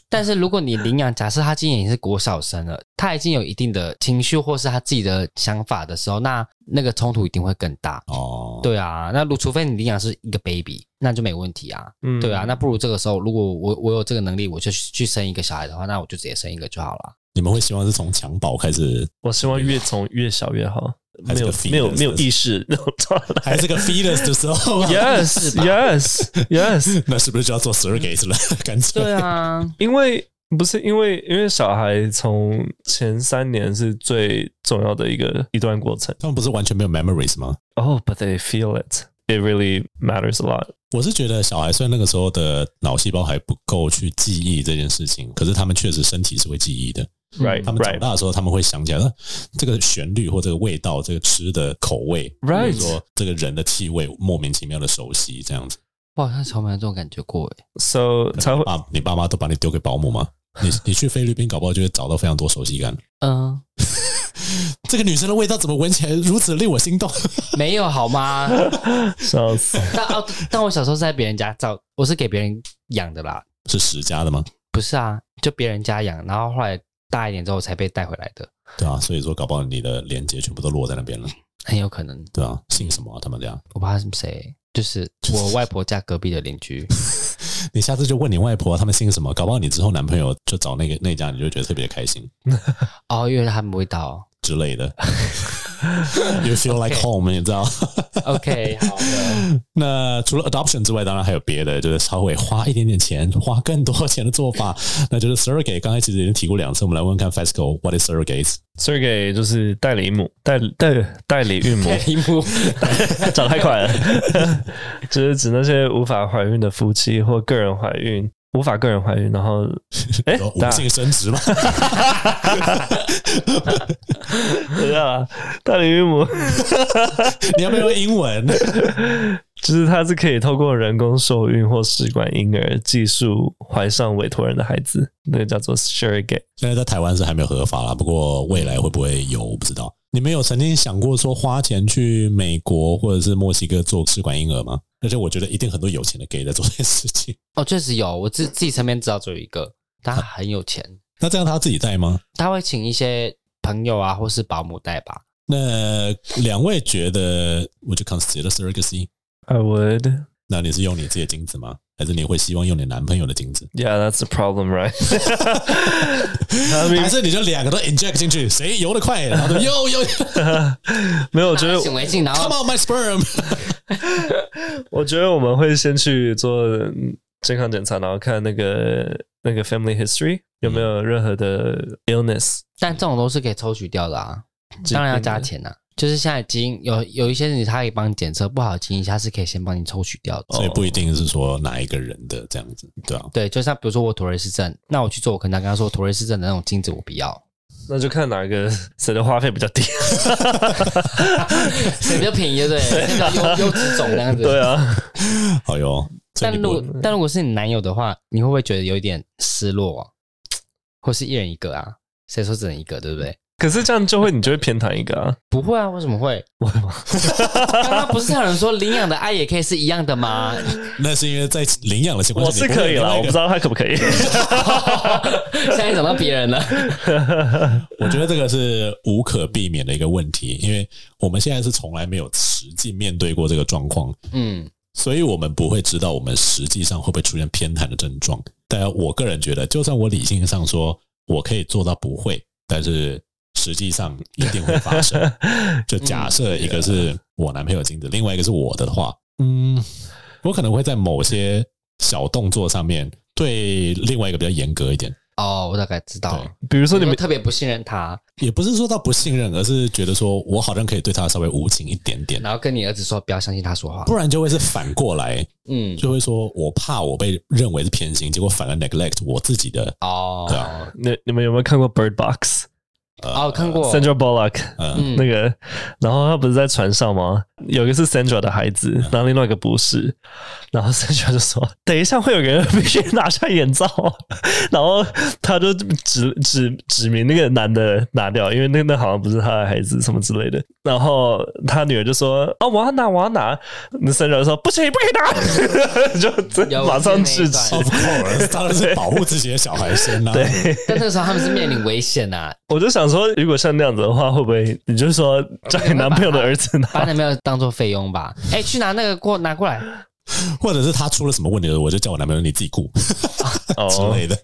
B: 但是如果你领养，假设他今年已经是国小生了，他已经有一定的情绪或是他自己的想法的时候，那那个冲突一定会更大。
A: 哦，
B: 对啊，那如除非你领养是一个 baby，那就没问题啊。
C: 嗯
B: 对啊，那不如这个时候，如果我我有这个能力，我就去去生一个小孩的话，那我就直接生一个就好了。
A: 你们会希望是从襁褓开 始
C: 我希望越从越小越好，
A: 还
C: 没
A: 是
C: 有
A: 个 fetus，
C: 没有没
A: 是
C: 有
A: 不是
C: 意识 那种状态。
A: 还是个 fetus 的时候， 啊
C: Yes,
B: 是吧
C: yes, yes，
A: 那是不是就要做 surrogate 了？ 干脆
B: 对 啊，
C: 因为不是因为因为小孩从前三年是最重要的一个一段过程。
A: 他们不是完全没有 memories 吗？
C: Oh, but they feel it. It really matters a lot.
A: 我是觉得小孩虽然那个时候的脑细胞还不够去记忆这件事情，可是他们确实身体是会记忆的。
C: Right,
A: 他们长
C: right,
A: 大的时候，他们会想起来呃这个旋律或这个味道、这个吃的口味，或者
C: right.
A: 说这个人的气味莫名其妙的熟悉这样子。
B: 我好像从没有这种感觉过欸诶。
C: So 才会
A: 爸，啊你爸妈都把你丢给保姆 吗？你你去菲律宾，搞不好就会找到非常多熟悉感。
B: 嗯，
A: 这个女生的味道怎么闻起来如此令我心动？
B: 没有好吗？
C: 笑死。
B: 但哦，但我小时候是在别人家照，我是给别人养的啦，
A: 是十家的吗？
B: 不是啊，就别人家养，然后后来大一点之后才被带回来的，
A: 对啊，所以说搞不好你的连接全部都落在那边了，
B: 很有可能。
A: 对啊，姓什么、啊、他们这样？
B: 我不知道他是谁，就是我外婆家隔壁的邻居。
A: 你下次就问你外婆、他们姓什么，搞不好你之后男朋友就找那个那家，你就觉得特别开心
B: 哦，因为他们味道。
A: 之类的。you feel like home，你知道？
B: OK，好的。
A: 那除了 adoption 之外，当然还有别的，就是稍微花一点点钱、花更多钱的做法， 那就是 surrogate。刚才其实已经提过两次，我们来问问看 Fasco what is surrogate？
C: surrogate 就是代理母，代代代理孕母，
B: 一幕
C: 讲太快了， 就是指那些无法怀孕的夫妻或个人怀孕，无法个人怀孕，然后哎，
A: 有
C: 大
A: 无性生殖吗？
C: 对啊，代理孕母
A: 你要不要用英文？
C: 就是它是可以透过人工受孕或试管婴儿技术怀上委托人的孩子，那个叫做 surrogate。
A: 现在在台湾是还没有合法啦，不过未来会不会有，我不知道。你们有曾经想过说花钱去美国或者是墨西哥做试管婴儿吗？而且我觉得一定很多有钱的 gay 在做这件事情。
B: 哦，确实有，我自自己身边知道只有一个，但他很有钱，
A: 那这样他自己带吗？
B: 他会请一些朋友啊，或是保姆带吧。
A: 那两位觉得，我就 consider surrogacy。
C: I would
A: 那你是用你自己的精子吗？还是你会希望用你男朋友的精子？
C: Yeah, that's the problem, right? I
A: 还
C: mean,
A: 是你就两个都 inject 进去，谁游得快，然后就 yo yo
C: 没有，我觉
B: 就是
C: 得
B: 显微镜，然
A: come
B: 后
A: out my sperm，
C: 我觉得我们会先去做嗯健康检查，然后看那个那个 family history 有没有任何的 illness。
B: 但这种都是可以抽取掉的啊，
C: 嗯
B: 当然要加钱呐、就是现在基因有有一些你它可以帮你检测不好的基因，它是可以先帮你抽取掉的。
A: 所以不一定是说哪一个人的这样子，对啊，
B: 对，就像比如说我妥瑞氏症，那我去做，我可能跟他说妥瑞氏症的那种精子我 不要，
C: 那就看哪个谁的花费比较低。
B: 谁比较便宜对不对？ 那个优优质种那样子。
C: 对啊，
A: 好哟。所以
B: 但
A: 你
B: 如
A: 不
B: 果但如果是你男友的话，你会不会觉得有一点失落、啊或是一人一个啊？谁说只能一个，对不对？
C: 可是这样就会你就会偏袒一个啊。
B: 不会啊，为什么会？ 刚刚不是有人说领养的爱也可以是一样的 吗？
A: 那是因为在领养的情况
C: 我
A: 下，
C: 是可以啦，我不知
A: 道。
C: 道他可不可以。
B: 现在讲到别人了，
A: 我觉得这个是无可避免的一个问题，因为我们现在是从来没有实际面对过这个状况，
B: 嗯，
A: 所以我们不会知道我们实际上会不会出现偏袒的症状。但我个人觉得，就算我理性上说我可以做到不会，但是实际上一定会发生。 就假设一个是我男朋友精子，另外一个是我的话，嗯，我可能会在某些小动作上面对另外一个比较严格一点。
B: 哦，我大概知道了。
C: 比如说你
B: 们
C: 们
B: 特别不信任他，
A: 也不是说他不信任，而是觉得说我好像可以对他稍微无情一点点，
B: 然后跟你儿子说不要相信他说话。
A: 不然就会是反过来，
B: 嗯，
A: 就会说我怕我被认为是偏心，结果反而 neglect 我自己的。对
B: 哦，
C: 你你们有没有看过《Bird Box
A: 呃
B: 哦，看过》
C: ？Sandra Bullock
A: 呃，
B: 嗯
C: 那个，然后他不是在船上吗？有一个是 Sandra 的孩子，然后另外一个不是。然后 Sandra 就说：“等一下会有个人必须拿下眼罩。” 然后他就指指指明那个男的拿掉，因为那那好像不是他的孩子什么之类的。然后他女儿就说：“哦，我要拿，我要拿。”那 Sandra 就说：“不行，不可以拿！” 就
B: 有
C: 马上制
B: 我记
C: 止
B: 得那一段。
A: Of course，当然是保护自己的小孩先啊啦、
C: 对，
B: 但那个时候他们是面临危险啊，
C: 我就想说，如果像那样子的话，会不会你就说叫你男朋友的儿子拿？
B: 把男朋友当做费用 吧。哎，去拿那个过拿过来，
A: 或者是他出了什么问题，我就叫我男朋友你自己顾
C: 哦
A: 之类的。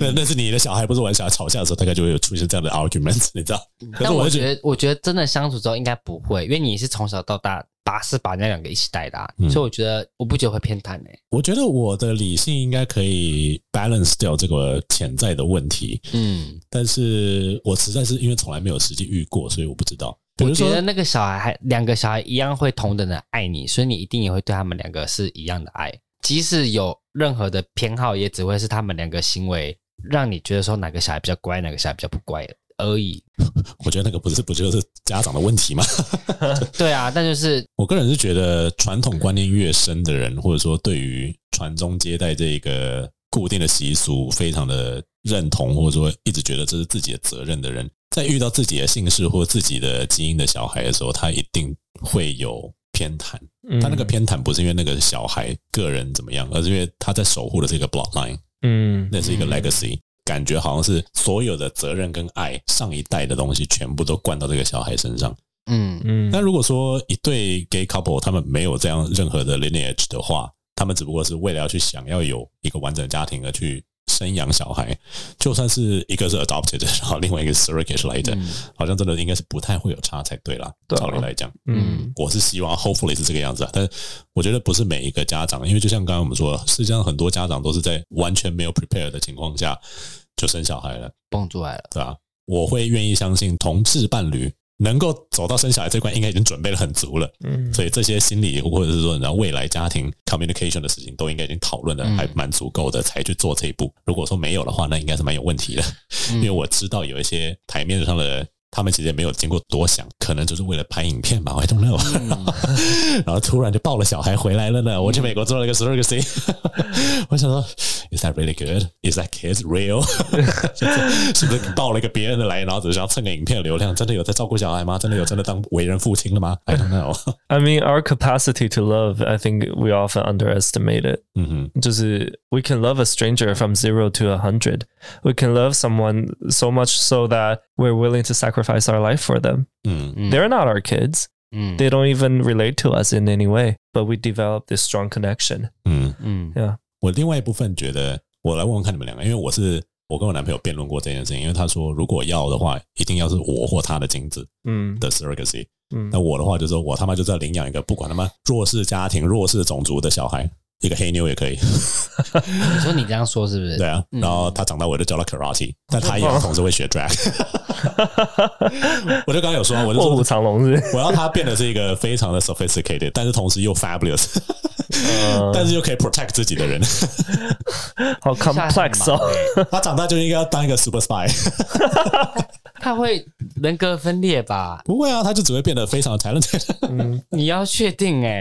A: 那、那是你的小孩，不是我的小孩。吵架的时候，大概就会有出现这样的 argument，你知 道？可是
B: 嗯但我
A: 我就
B: 觉
A: 觉得，
B: 得，我觉得真的相处之后应该不会，因为你是从小到大把是把那两个一起带的、啊，
A: 嗯
B: 所以我觉得我不觉得会偏袒诶、欸
A: 我觉得我的理性应该可以 balance 掉这个潜在的问题，
B: 嗯，
A: 但是我实在是因为从来没有实际遇过，所以我不知道。比
B: 我
A: 如说
B: 觉，得那个小孩还两个小孩一样会同等的爱你，所以你一定也会对他们两个是一样的爱，即使有任何的偏好，也只会是他们两个行为让你觉得说哪个小孩比较乖，哪个小孩比较不乖而已。
A: 我觉得那个不是不就是家长的问题吗？
B: 对啊，但就是
A: 我个人是觉得，传统观念越深的人，或者说对于传宗接代这个固定的习俗非常的认同，或者说一直觉得这是自己的责任的人，在遇到自己的姓氏或自己的基因的小孩的时候，他一定会有偏袒。
C: 嗯
A: 他那个偏袒不是因为那个小孩个人怎么样，而是因为他在守护的这个 bloodline，
C: 嗯
A: 那是一个
B: 嗯
A: legacy。感觉好像是所有的责任跟爱，上一代的东西全部都灌到这个小孩身上。
B: 嗯，
C: 嗯
A: 那如果说一对 gay couple 他们没有这样任何的 lineage 的话，他们只不过是为了要去想要有一个完整的家庭而去生养小孩，就算是一个是 adopted，然后另外一个是 surrogate 来的，
B: 嗯
A: 好像真的应该是不太会有差才对啦。
C: 对啊
A: 照理来讲，
C: Mm.
B: 嗯
A: 我是希望 hopefully 是这个样子啊，但是我觉得不是每一个家长，因为就像刚刚我们说，世界上很多家长都是在完全没有 prepare 的情况下就生小孩了。
B: 蹦出来了。
A: 对啊，我会愿意相信同志伴侣能够走到生小孩这关，应该已经准备的很足了。
C: 嗯
A: 所以这些心理或者是说，然后未来家庭 communication 的事情，都应该已经讨论的
B: 嗯
A: 还蛮足够的，才去做这一步。如果说没有的话，那应该是蛮有问题的，
B: 嗯
A: 因为我知道有一些台面上的。他们其实也没有经过多想，可能就是为了拍影片吧，I don't know。然
B: 嗯
A: 后突然就抱了小孩回来了呢。我去美国做了一个 surrogacy，我想说，Is that really good? Is that kids real？就是是不是抱了一个别人的来，然后只是想蹭个影片流量？真的有在照顾小孩吗？真的有真的当为人父亲了吗？I don't know。
C: I mean, our capacity to love, I think we often underestimate it.
A: 嗯哼。
C: Just we can love a stranger from zero to a hundred. We can love someone so much so that we're willing to sacrifice our life for them.
A: 嗯，
B: 嗯
C: They're not our kids.
B: 嗯
C: They don't even relate to us in any way, but we develop this strong connection.
A: 嗯，
B: 嗯
A: 我另外一部分觉得，我来问问看你们两个，因为我是我跟我男朋友辩论过这件事情，因为他说如果要的话，一定要是我或他的精子
C: 嗯
A: 的 surrogacy。
C: 嗯
A: 那我的话就是说我他妈就是要领养一个不管他妈弱势家庭、弱势种族的小孩，一个黑妞也可以。
B: 你说你这样说是不是？
A: 对啊，
B: 嗯
A: 然后他长大我就教他 karate，但他也同时会学 drag。我就刚刚有说，我就
C: 卧虎
A: 说
C: 藏龙 是
A: 我要他变得是一个非常的 sophisticated，但是同时又 fabulous，但是又可以 protect 自己的人。
C: 好
B: 现在很
C: complex
B: 忙
C: 哦。
B: 欸
A: 他长大就应该要当一个 super spy。
B: 他会人格分裂吧？
A: 不会啊，他就只会变得非常 talented，
C: 嗯
B: 你要确定哎、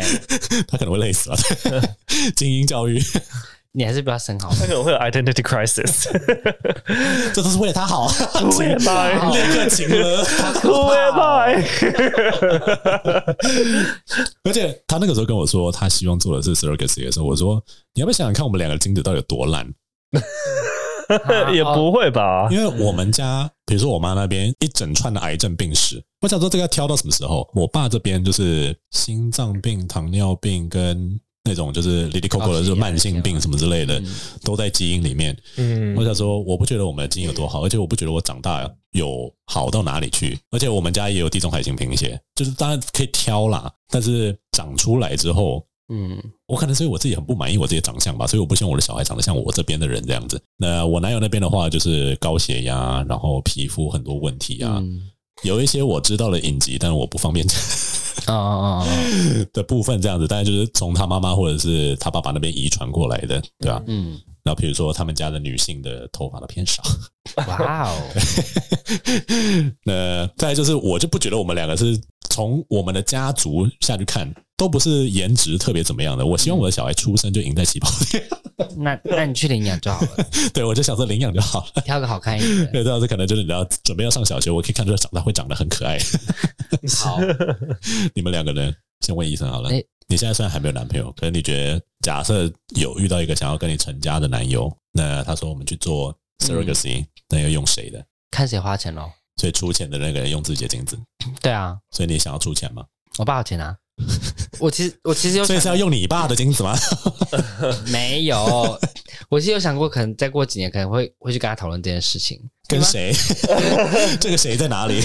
A: 他可能会累死啊。 精英教育，
B: 你还是不要生好了。
C: 那个会有 identity crisis，
A: 这都是为了他好，
C: Who am I？
A: 立刻请了。
C: Who am I？
A: 而且他那个时候跟我说，他希望做的是 surrogacy 的时候，我说你要不要想想看，我们两个精子到底有多烂？
C: 也不会吧？
A: 因为我们家，比如说我妈那边一整串的癌症病史，我想说这个要挑到什么时候？我爸这边就是心脏病、糖尿病跟那种就是 l i t c o 的，就是慢性病什么之类的，都在基因里面。
C: 嗯
A: 我想说，我不觉得我们的基因有多好，而且我不觉得我长大有好到哪里去。而且我们家也有地中海型贫血，就是当然可以挑啦，但是长出来之后，
B: 嗯，
A: 我可能所以我自己很不满意我自己的长相吧，所以我不希望我的小孩长得像我这边的人这样子。那我男友那边的话，就是高血压，然后皮肤很多问题啊，
B: 嗯，
A: 有一些我知道的隐疾，但是我不方便讲
B: 哦哦哦哦，
A: 的部分这样子，大概就是从他妈妈或者是他爸爸那边遗传过来的，对吧、
B: 嗯，
A: 然后比如说他们家的女性的头发都偏少。
B: 哇哦，
A: 那呃再来就是，我就不觉得我们两个是从我们的家族下去看，都不是颜值特别怎么样的。我希望我的小孩出生就赢在起跑点，
B: 那那你去领养就好 了，
A: 对我就想说领养就好了。
B: 挑个好看一点 的。
A: 对，这样子可能就是你要准备要上小学，我可以看出来长大会长得很可爱。
B: 好，
A: 你们两个人先问医生好了。
B: 哎
A: 你现在虽然还没有男朋友，可是你觉得假设有遇到一个想要跟你成家的男友，那他说我们去做 surrogacy，、那要用谁的？
B: 看谁花钱喽？
A: 所以出钱的那个人用自己的精子，
B: 对啊，
A: 所以你也想要出钱吗？
B: 我爸有钱啊。 我其实我其实有
A: 所以
B: 想
A: 是要用你爸的精子 吗？
B: 没有，我其实有想过，可能再过几年可能会会去跟他讨论这件事情。
A: 跟谁？这个谁在 哪里？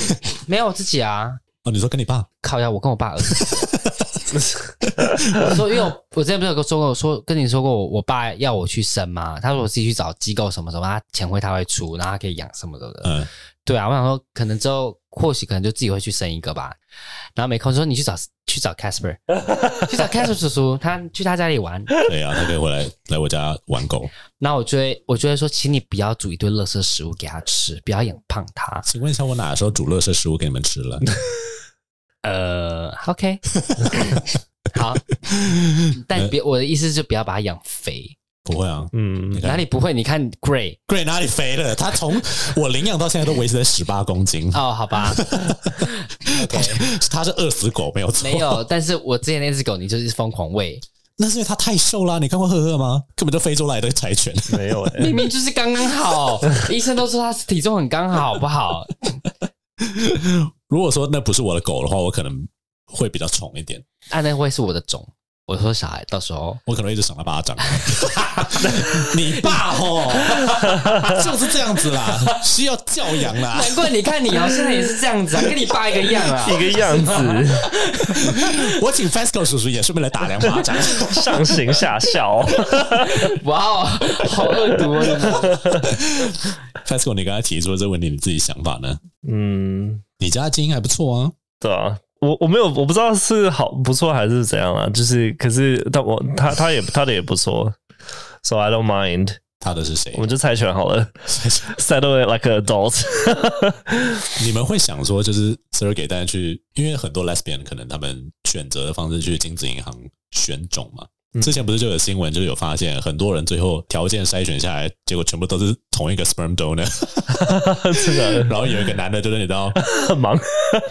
B: 没有我自己啊，
A: 哦，你说跟你爸？
B: 靠呀，我跟我爸儿子。 我说，因为我我之前不是有跟说过，我说跟你说过我，我爸要我去生嘛，他说我自己去找机构什么什么，他钱会他会出，然后他可以养什么的。
A: 嗯，
B: 对啊，我想说，可能之后或许可能就自己会去生一个吧。然后没空说你去找去找 Casper，去找 Casper 叔叔，他去他家里玩。
A: 对啊，他可以回来来我家玩狗。
B: 那我就会我就会说，请你不要煮一堆垃圾食物给他吃，不要养胖他。
A: 请问一下，我哪时候煮乐色食物给你们吃了？
B: 呃，OK，好， 但你别我的意思是不要把它养肥。
A: 不会啊，
C: 嗯，
B: 哪里不会？你看 Gray
A: Gray 哪里肥了？他从我领养到现在都维持在十八公 斤，
B: 哦，好吧，
A: 他是饿死狗没有错。
B: 没， 有。但是我之前那只狗，你就是疯狂喂，
A: 那是因为他太瘦啦、你看过赫赫吗？根本就非洲来的柴犬。
C: 没有哎、
B: 明明就是刚刚 好。医生都说它体重很刚好，好不好？
A: 如果说那不是我的狗的话，我可能会比较宠一点，
B: 啊，那会是我的种。我说小孩，到时候
A: 我可能会一直赏他 巴掌。你爸吼， 就是这样子啦，需要教养啦。
B: 难怪你看你哦，现在也是这样子啊，跟你爸一个样啊。
C: 一个样子，
A: 我请 Fasco 叔叔也顺便来打两巴掌。
C: 上行下效。
B: 哇哦，好恶毒哦！你
A: Fasco，你刚才提出的这个问题，你自己想法呢？
C: 嗯，
A: 你家的基因还不错啊，
C: 对啊，我我没有，我不知道是好不错还是怎样啊。就是，可是他我他他也他的也不错，so I don't mind。
A: 他的是谁
C: 我？们就猜拳好了，settle it like an adult
A: 你们会想说，就是 surrogate 大家去，因为很多 lesbian 可能他们选择的方式去精子银行选种嘛。之前不是就有新闻，就是有发现很多人最后条件筛选下来，结果全部都是同一个 sperm donor，
C: 真的
A: 然后有一个男的，就是你知道，
C: 很忙，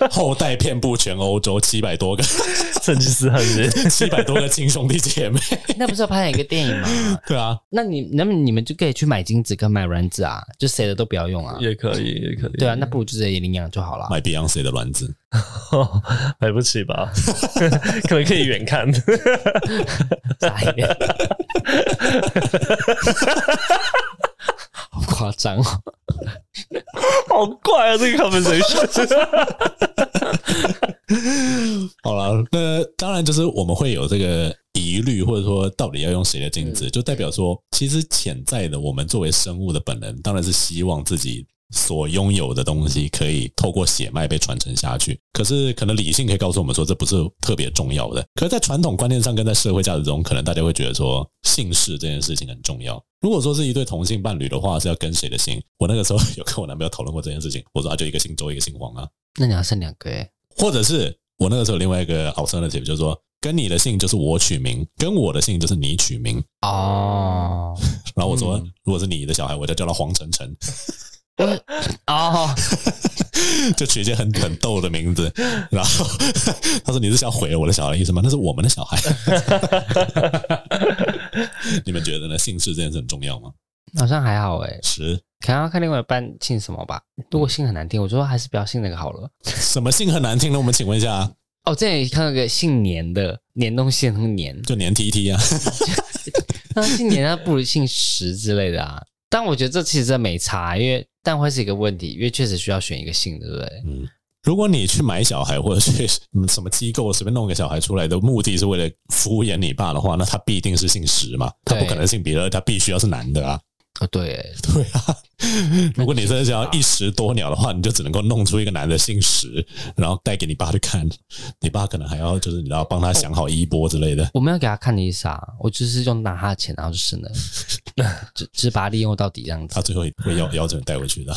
A: 后代遍布全欧洲七百多个，
C: 成吉思汗是不是
A: 七百多个亲兄弟姐妹，
B: 那不是有拍了一个电影吗？
A: 对啊，
B: 那你那么你们就可以去买精子跟买卵子啊，就谁的都不要用啊。
C: 也可以，也可以。
B: 对啊，那不如就直接领养就好了。
A: 买 Beyonce 的卵子，
C: 买不起吧？ 可能可以远看。
B: 傻眼 好夸张哦！
C: 好怪啊，这个 conversation。
A: 好了，那当然就是我们会有这个疑虑，或者说到底要用谁的精子，就代表说，其实潜在的我们作为生物的本能，当然是希望自己所拥有的东西可以透过血脉被传承下去。可是，可能理性可以告诉我们说，这不是特别重要的。可是，在传统观念上跟在社会价值中，可能大家会觉得说，姓氏这件事情很重要。如果说是一对同性伴侣的话，是要跟谁的姓？我那个时候 有跟我男朋友讨论过这件事情，我说啊，就一个姓周，一个姓黄啊。
B: 那你要剩两个哎，
A: 或者是我那个时候有另外一个 alternative 就是说，跟你的姓就是我取名，跟我的姓就是你取名。
B: 哦
A: 然后我说，
C: 嗯
A: 如果是你的小孩，我就叫他黄晨 晨，
B: 哦，
A: 就取一些很很逗的名字。然后 他说：“你是想毁了我的小孩的意思吗？那是我们的小孩。你们觉得呢？姓氏这件事很重要吗？
B: 好像还好哎，
A: 十
B: 可能要看另外一半姓什么吧。如果姓很难听，我觉得还是不要姓那个好了。
A: 什么姓很难听呢？我们请问一下，
B: 哦，之前也看到一个姓年的，年东西很年，
A: 就年 T T 啊，
C: 嗯
B: 那 姓年那不如姓石之类的啊。但我觉得这其实真没差，啊因为但会是一个问题，因为确实需要选一个姓，对不对？
A: 嗯。”如果你去买小孩，或者去嗯什么机构随便弄个小孩出来的目的是为了敷衍你爸的话，那他必定是姓石嘛，他不
B: 对
A: 可能姓别的，他必须要是男的啊。
B: 哦，对欸，
A: 对啊， 如果你真的想要一石多鸟的话，你就只能够弄出一个男的姓石，然后带给你爸去看，你爸可能还要就是你知道帮他想好衣钵之类的。
B: 我没有给他看丽莎，啊我就是用拿他的钱，然后就是呢， 只只把他利用到底这样
A: 他
B: 子。
A: 最后会要要求你带回去的。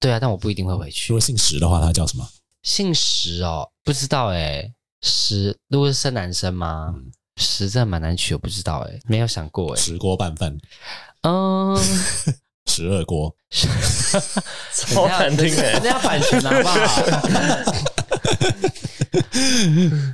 B: 对啊，但我不一定会回
A: 如
B: 去。
A: 果姓石的话，他叫什么？
B: 姓石哦，不知道哎、石如果是生男生吗？
C: 嗯
B: 石真的蛮难取，我不知道哎、没有想 过哎、
A: 石锅拌饭，
B: 嗯，
A: 十二锅。
C: 超难听哎、
B: 人家版权好不好？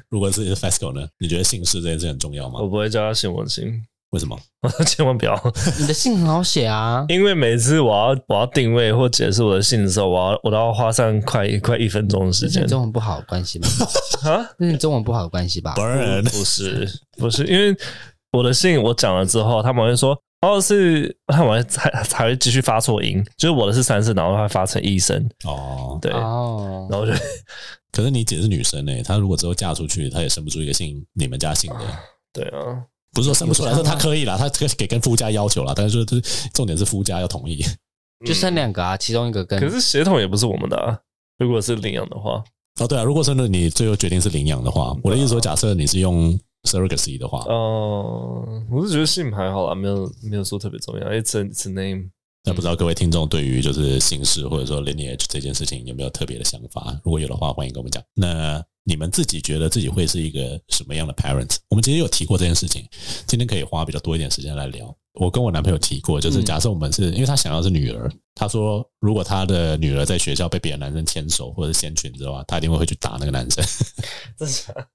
A: 如果是 FESCO 呢？你觉得姓氏这件事很重要吗
C: 我？不会叫他姓王姓，
A: 为什么？
C: 我千万不要，
B: 你的姓很好写啊，
C: 因为每次我要我要定位或解释我的姓的时候，我要我都要花上快快一分钟的时
B: 这是
C: 间
B: 你中文不好的关 系吗？
C: 啊。
B: 这是你中文不好的关系吧？
A: 当然，
C: 不是不是，因为我的信我讲了之后，他们会说哦是，他们还还会继续发错音，就是我的是三声，然后他发成一声，
A: 哦，
C: 对，
B: 哦，
C: 然后就
A: 可是你姐是女生呢、她如果之后嫁出去，她也生不出一个姓你们家姓的。
C: 对 啊，
A: 不是说生不出来，
B: 有
A: 说
B: 差吗
A: 她可以啦，她这个给跟夫家要求啦，但是就是重点是夫家要同意。
B: 就剩两个啊，其中一个跟
C: 嗯可是血统也不是我们的、啊，如果是领养的话，
A: 哦，对啊，如果真的你最后决定是领养的话，我的意思说，假设你是用 surrogacy 的话，
C: 哦、我是觉得姓还好啦，没有没有说特别重要，it's a, it's a name。
A: 那不知道各位听众对于就是姓氏或者说 lineage 这件事情有没有特别的想法？如果有的话，欢迎跟我们讲。那你们自己觉得自己会是一个什么样的 parent？我们其实有提过这件事情，今天可以花比较多一点时间来聊。我跟我男朋友提过，就是
B: 嗯
A: 假设我们是因为他想要是女儿，他说如果他的女儿在学校被别的男生牵手或者是掀裙子的话，他一定会去打那个男生。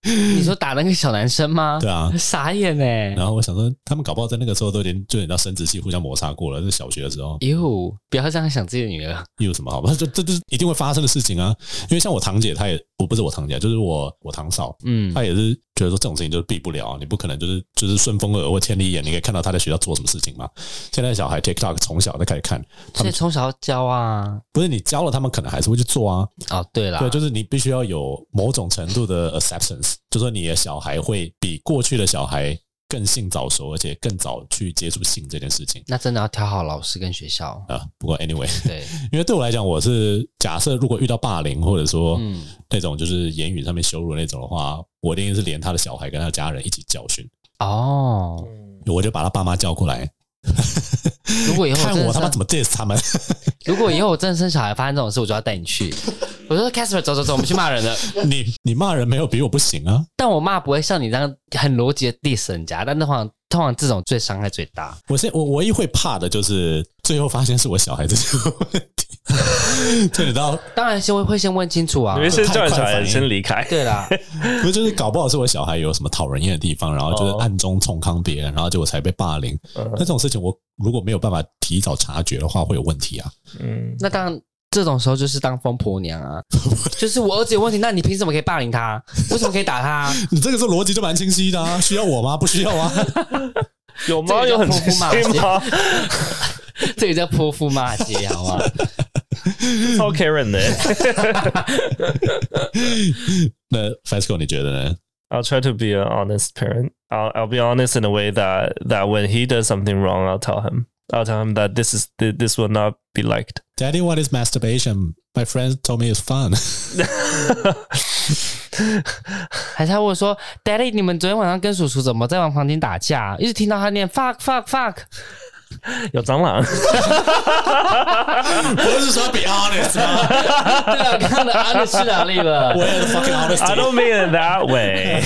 B: 你说打那个小男生吗？
A: 对啊，
B: 傻眼哎、欸！
A: 然后我想说，他们搞不好在那个时候都已经就你知道生殖器互相摩擦过了，是小学的时候。
B: 哟，不要这样想自己的女儿。
A: 又有什么好吧？这这这是一定会发生的事情啊！因为像我堂姐，她也我不是我堂姐，啊就是我我堂嫂，
B: 嗯，
A: 她也是觉得说这种事情就是避不了啊，你不可能就是就是顺风耳或千里眼，你可以看到她在学校做什么事情嘛。现在小孩 TikTok 从小就开始看，他
B: 所以
A: 们
B: 从小要教啊。
A: 不是你教了他们，可能还是会去做啊。
B: 哦，对啦，
A: 对，就是你必须要有某种程度的 acceptance，就说你的小孩会比过去的小孩更性早熟，而且更早去接触性这件事情
B: 那真的要挑好老师跟学校。
A: 啊。不过 anyway，
B: 对，
A: 因为对我来讲，我是假设如果遇到霸凌，或者说
B: 嗯，
A: 那种就是言语上面羞辱那种的话，我一定是连他的小孩跟他的家人一起教训，
B: 哦，
A: 我就把他爸妈叫过来，
B: 如果以后
A: 看
B: 哎真
A: 我
B: 的
A: 他妈
B: 生
A: 怎么 diss 他们。
B: 如果以后我真的生小孩发生这种事，我就要带你去。我说 Casper，走走走，我们去骂人了。
A: 你你骂人没有比我不行啊！
B: 但我骂不会像你这样很逻辑的 diss 人家，但通常通常这种最伤害最大。
A: 我现我唯一会怕的就是最后发现是我小孩子的问题， 这你到
B: 当然先会会先问清楚啊
C: 因。为先叫
A: 太快
C: 你小
A: 反
C: 孩
A: 应
C: 先离开。
B: 对啦，
A: 不是就是搞不好是我小孩有什么讨人厌的地方，然后就是
C: 哦
A: 暗中冲康别人，然后结果才被霸凌。
C: 嗯
A: 那这种事情我如果没有办法提早察觉的话，会有问题啊。
C: 嗯，
B: 那当然这种时候就是当疯婆娘啊，就是我儿子有问题，那你凭什么可以霸凌他？为什么可以打他？
A: 你这个时候逻辑就蛮清晰的啊，需要我吗？ 不需要啊。
C: 有
B: 这
C: 吗？
B: 个
C: 有
B: 叫
C: 很
B: 泼
C: 清
B: 妇骂
C: 晰吗？
B: 这个叫泼妇骂街，好不好？
C: 超 Karen 的。
A: 那 Fasco 你觉得呢？
C: I'll try to be an honest parent. I'll, I'll be honest in a way that that when he does something wrong, I'll tell him. I'll tell him that this is th- this will not be liked.
A: Daddy, what is masturbation? My friends told me it's fun.
B: 还是他问说，Daddy，你们昨天晚上跟叔叔怎么在往房间打架啊？一直听到他念 fuck fuck fuck，
C: 有蟑螂。
A: 不是说 be honest 吗
B: 对啊，刚刚的安的去哪里了？
A: ？Where the fucking
C: I
A: honesty?
C: don't mean it that way.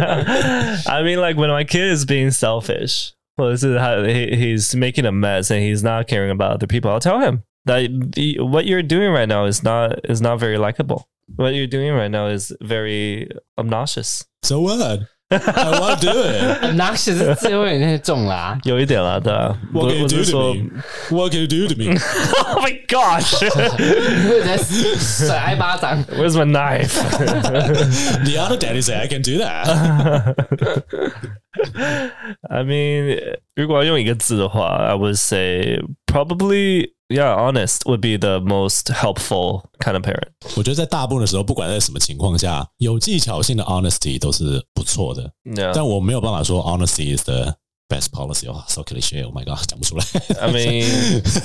C: I mean like when my kid is being selfish. Well, this is how he, he's making a mess and he's not caring about other people. I'll tell him that the, what you're doing right now is not is not very likable. What you're doing right now is very obnoxious.
A: So what? I won't do it.
B: 拿起这字有点太重啦、
C: 有一点了的，
A: What can you do to
C: 我我是说
A: me? What can you do to me?
C: Oh my gosh!
B: 你会在甩挨巴掌。
C: Where's my knife?
A: The other daddy said I can do that.
C: I mean, 如果要用一个字的话, I would say probably yeah, honest would be the most helpful kind of parent.
A: 我觉得在大部分的时候，不管在什么情况下，有技巧性的 honesty 都是不错的。
C: Yeah,
A: 但我没有办法说 honesty is the best policy 哇，so cliche，Oh Oh my god，讲不出来。
C: I mean,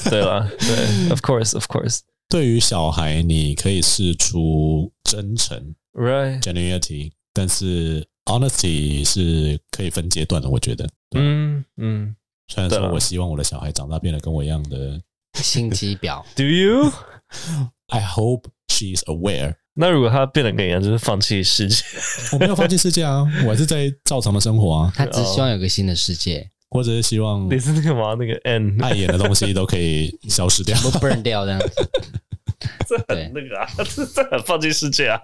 C: 对了，对 of course, of course,
A: 对于小孩，你可以试出真诚
C: right?
A: genuinity，但是 honesty 是可以分阶段的。我觉得，
C: Mm, 嗯嗯。
A: 虽然
C: 对
A: 说
C: 啊
A: 我希望我的小孩长大变得跟我一样的
B: 心机婊，
C: Do you？
A: ，I hope she's aware。
C: 那如果他变得跟你一样，就是放弃世界，
A: 我没有放弃世界啊， 我还是在照常的生活啊，
B: 他只希望有个新的世 界，
A: 我只是希望
C: 你是那个嘛？那个 N
A: 碍眼的东西都可以消失 掉。
B: 都 burn 掉这样子。对
C: 很那个啊，这这很放弃世界 啊。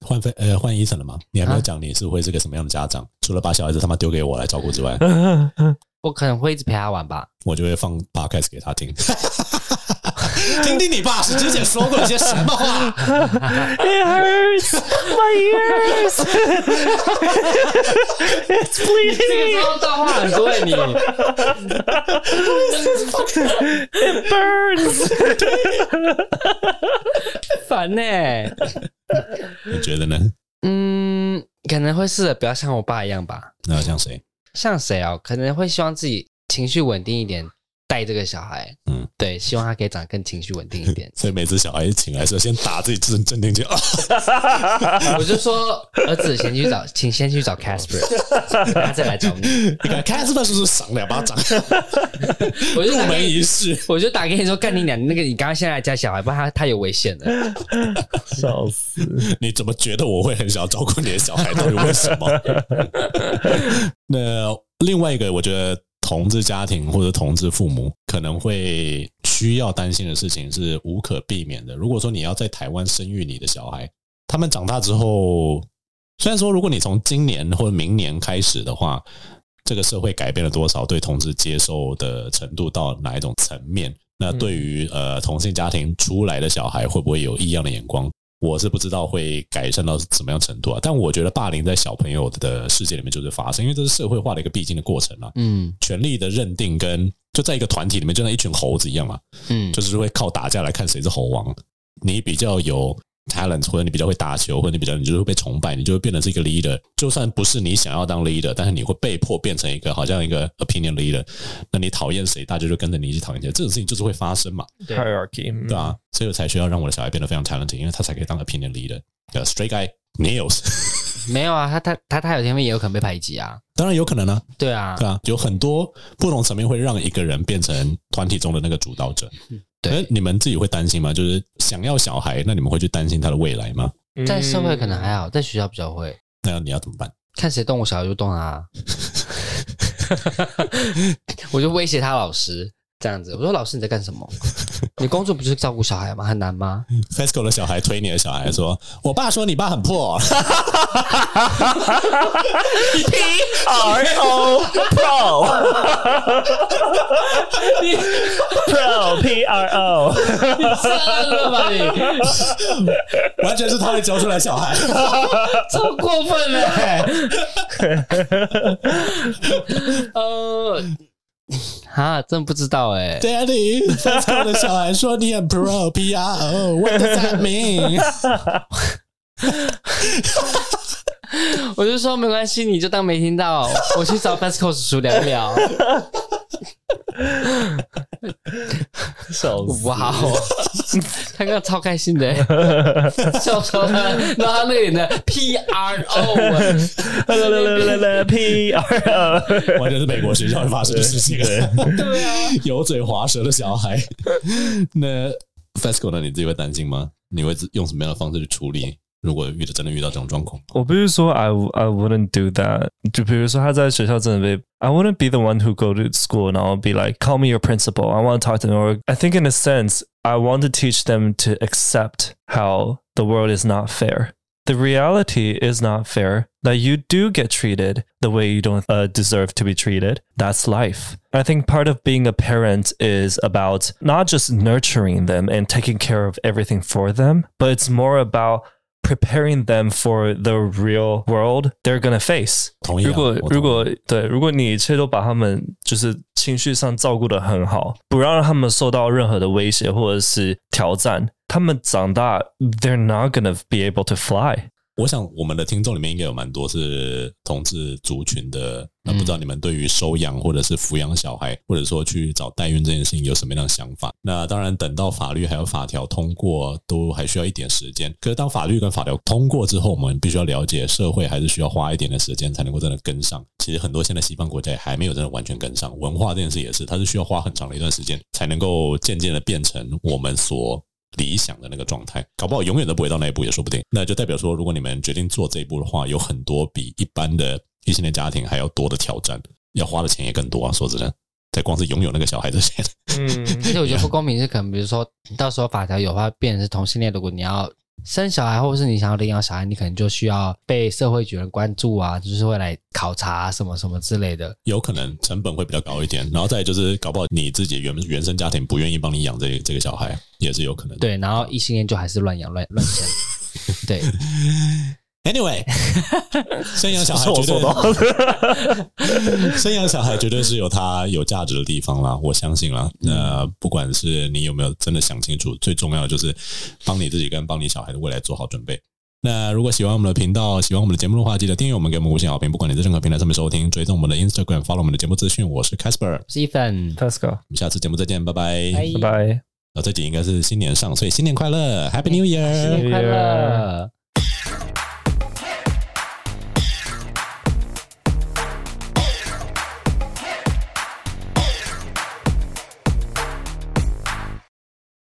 A: 换飞呃换医生了吗？你还没有
B: 啊
A: 讲你是会是个什么样的家长？除了把小孩子他妈丢给我来照顾之外，
B: 我可能会一直陪他玩吧。
A: 我就会放 podcast 给他听， 听听你爸史之前说过一些什么话。
C: It hurts my ears. It's
B: 这
C: bleeding.
B: 个时候脏话很多耶你，
C: It burns.
B: 烦呢、
A: 你觉得呢？
B: 嗯，可能会试着不要像我爸一样吧。
A: 那要像谁？
B: 像谁哦？可能会希望自己情绪稳定一点，带这个小孩。
A: 嗯。
B: 嗯，对，希望他可以长得更情绪稳定一点
A: 所以每次小孩一请来的时候，先打自己镇镇定剂啊，
B: 我就说，儿子先去找，请先去找 Casper，然后再来找你。
A: 你看 Casper 叔叔赏两巴掌，
B: 我就
A: 入
B: 打给
A: 门
B: 你
A: 仪式。
B: 我就打给你说，干你娘！那个你刚刚现在来家小孩，不然他他有危险的。
C: 笑死！
A: 你怎么觉得我会很想要照顾你的小孩？到底为什么？ 那另外一个，我觉得同志家庭或者同志父母可能会需要担心的事情是无可避免的。如果说你要在台湾生育你的小孩，他们长大之后，虽然说如果你从今年或者明年开始的话，这个社会改变了多少，对同志接受的程度到哪一种层面？那对于呃同性家庭出来的小孩，会不会有异样的眼光？我是不知道会改善到什么样程度啊。但我觉得霸凌在小朋友的世界里面就是发生，因为这是社会化的一个必经的过程啊。
B: 嗯
A: 权力的认定跟就在一个团体里面，就像一群猴子一样嘛，
B: 嗯，
A: 就是会靠打架来看谁是猴王。你比较有 talent，或者你比较会打球，或者你比较，你就会被崇拜，你就会变成是一个 leader。就算不是你想要当 leader，但是你会被迫变成一个好像一个 opinion leader。那你讨厌谁，大家就跟着你一起讨厌谁，这种事情就是会发生嘛。
B: 对
C: Hierarchy，嗯 Mm.
A: 对啊，所以我才需要让我的小孩变得非常 talented，因为他才可以当 opinion leader。呃，straight guy nails，
B: 没有啊，他他他他有天分也有可能被排挤啊。
A: 当然有可能啊，
B: 对啊，
A: 对啊，有很多不同层面会让一个人变成团体中的那个主导者。
B: 对
A: 那，你们自己会担心吗？就是想要小孩，那你们会去担心他的未来吗？
C: Mm.
B: 在社会可能还好，在学校比较会。
A: 那你要怎么办？
B: 看谁 动我小孩就动他啊、我就威胁他老师，这样子。我说老师你在干什么？你工作不就是照顾小孩吗？很难吗？
A: FESCO 的小孩推你的小孩说：“我爸说你爸很破。
C: P R O Pro
B: 你
C: Pro P R O，
B: 真了吧你，”
A: 完全是他们教出来小孩。
B: 超过分了、 欸。呃，啊，真不知道哎、
A: Daddy，FESCO 的小孩说你很 pro，P R O，What does that mean？
B: 我就说没关系，你就当没听到。我去找 Pascal 叔叔聊一聊。
C: 笑 死！
B: 哇哦， 他刚刚超开心 的、笑死了。然后他那里的 P R O，啊
C: 啦啦啦啦啦 P R O，
A: 完全是美国学校会发生的事情。
B: 对啊，
A: 油嘴滑舌的小孩。那 FESCO 呢？你自己会担心吗？你会用什么样的方式去处理？如果遇到真的遇到这种状况，
C: 我不是说 I I wouldn't do that，就比如说他在学校真的被 I wouldn't be the one who go to school and I'll be like call me your principal I want to talk to them or I think in a sense I want to teach them to accept how the world is not fair. The reality is not fair that you do get treated the way you don't uh, deserve to be treated. That's life. I think part of being a parent is about not just nurturing them and taking care of everything for them, but it's more about preparing them for the real world they're gonna face.
A: 同意啊、
C: 如果
A: 我同意
C: 如果对，如果你一切都把他们就是情绪上照顾的很好，不让他们受到任何的威胁或者是挑战，他们长大，they're not gonna be able to fly。
A: 我想我们的听众里面应该有蛮多是同志族群的，那不知道你们对于收养或者是抚养小孩，或者说去找代孕这件事情有什么样的想法？那当然，等到法律还有法条通过，都还需要一点时间。可是当法律跟法条通过之后，我们必须要了解社会还是需要花一点的时间才能够真的跟上。其实很多现在西方国家也还没有真的完全跟上，文化这件事也是，它是需要花很长的一段时间才能够渐渐的变成我们所理想的那个状态，搞不好永远都不会到那一步也说不定。那就代表说，如果你们决定做这一步的话，有很多比一般的异性恋家庭还要多的挑战，要花的钱也更多啊。说真的，在光是拥有那个小孩之前，
C: 嗯，
B: 而且我觉得不公平是，可能比如说到时候法条有话变成是同性恋，如果你要生小孩，或者是你想要领养小孩，你可能就需要被社会局人关注啊，就是会来考察啊、什么什么之类的。
A: 有可能成本会比较高一点。然后再来就是，搞不好你自己原原生家庭不愿意帮你养这这个小孩，也是有可能的。
B: 对，然后异性恋就还是乱养乱乱生。对，
A: Anyway，生养小孩
C: 是我
A: 绝
C: 做
A: 对
C: 到 的。
A: 生养小孩绝对是有它有价值的地方啦，我相信啦。那不管是你有没有真的想清楚，最重要的就是帮你自己跟帮你小孩的未来做好准备。那如果喜欢我们的频道，喜欢我们的节目的话，记得订阅我们，给我们五星好评。不管你在任何平台上面收听，追踪我们的 Instagram，follow 我们的节目资讯。我是 Casper，我
B: 我是 Ethan，
C: Let's go，
A: 们下次节目再见，拜拜。
B: 拜
C: 拜拜。
A: 啊，这集应该是新年上，所以新年快乐，Happy New Year！
B: 新年快
C: Happy New
B: 乐
C: Year。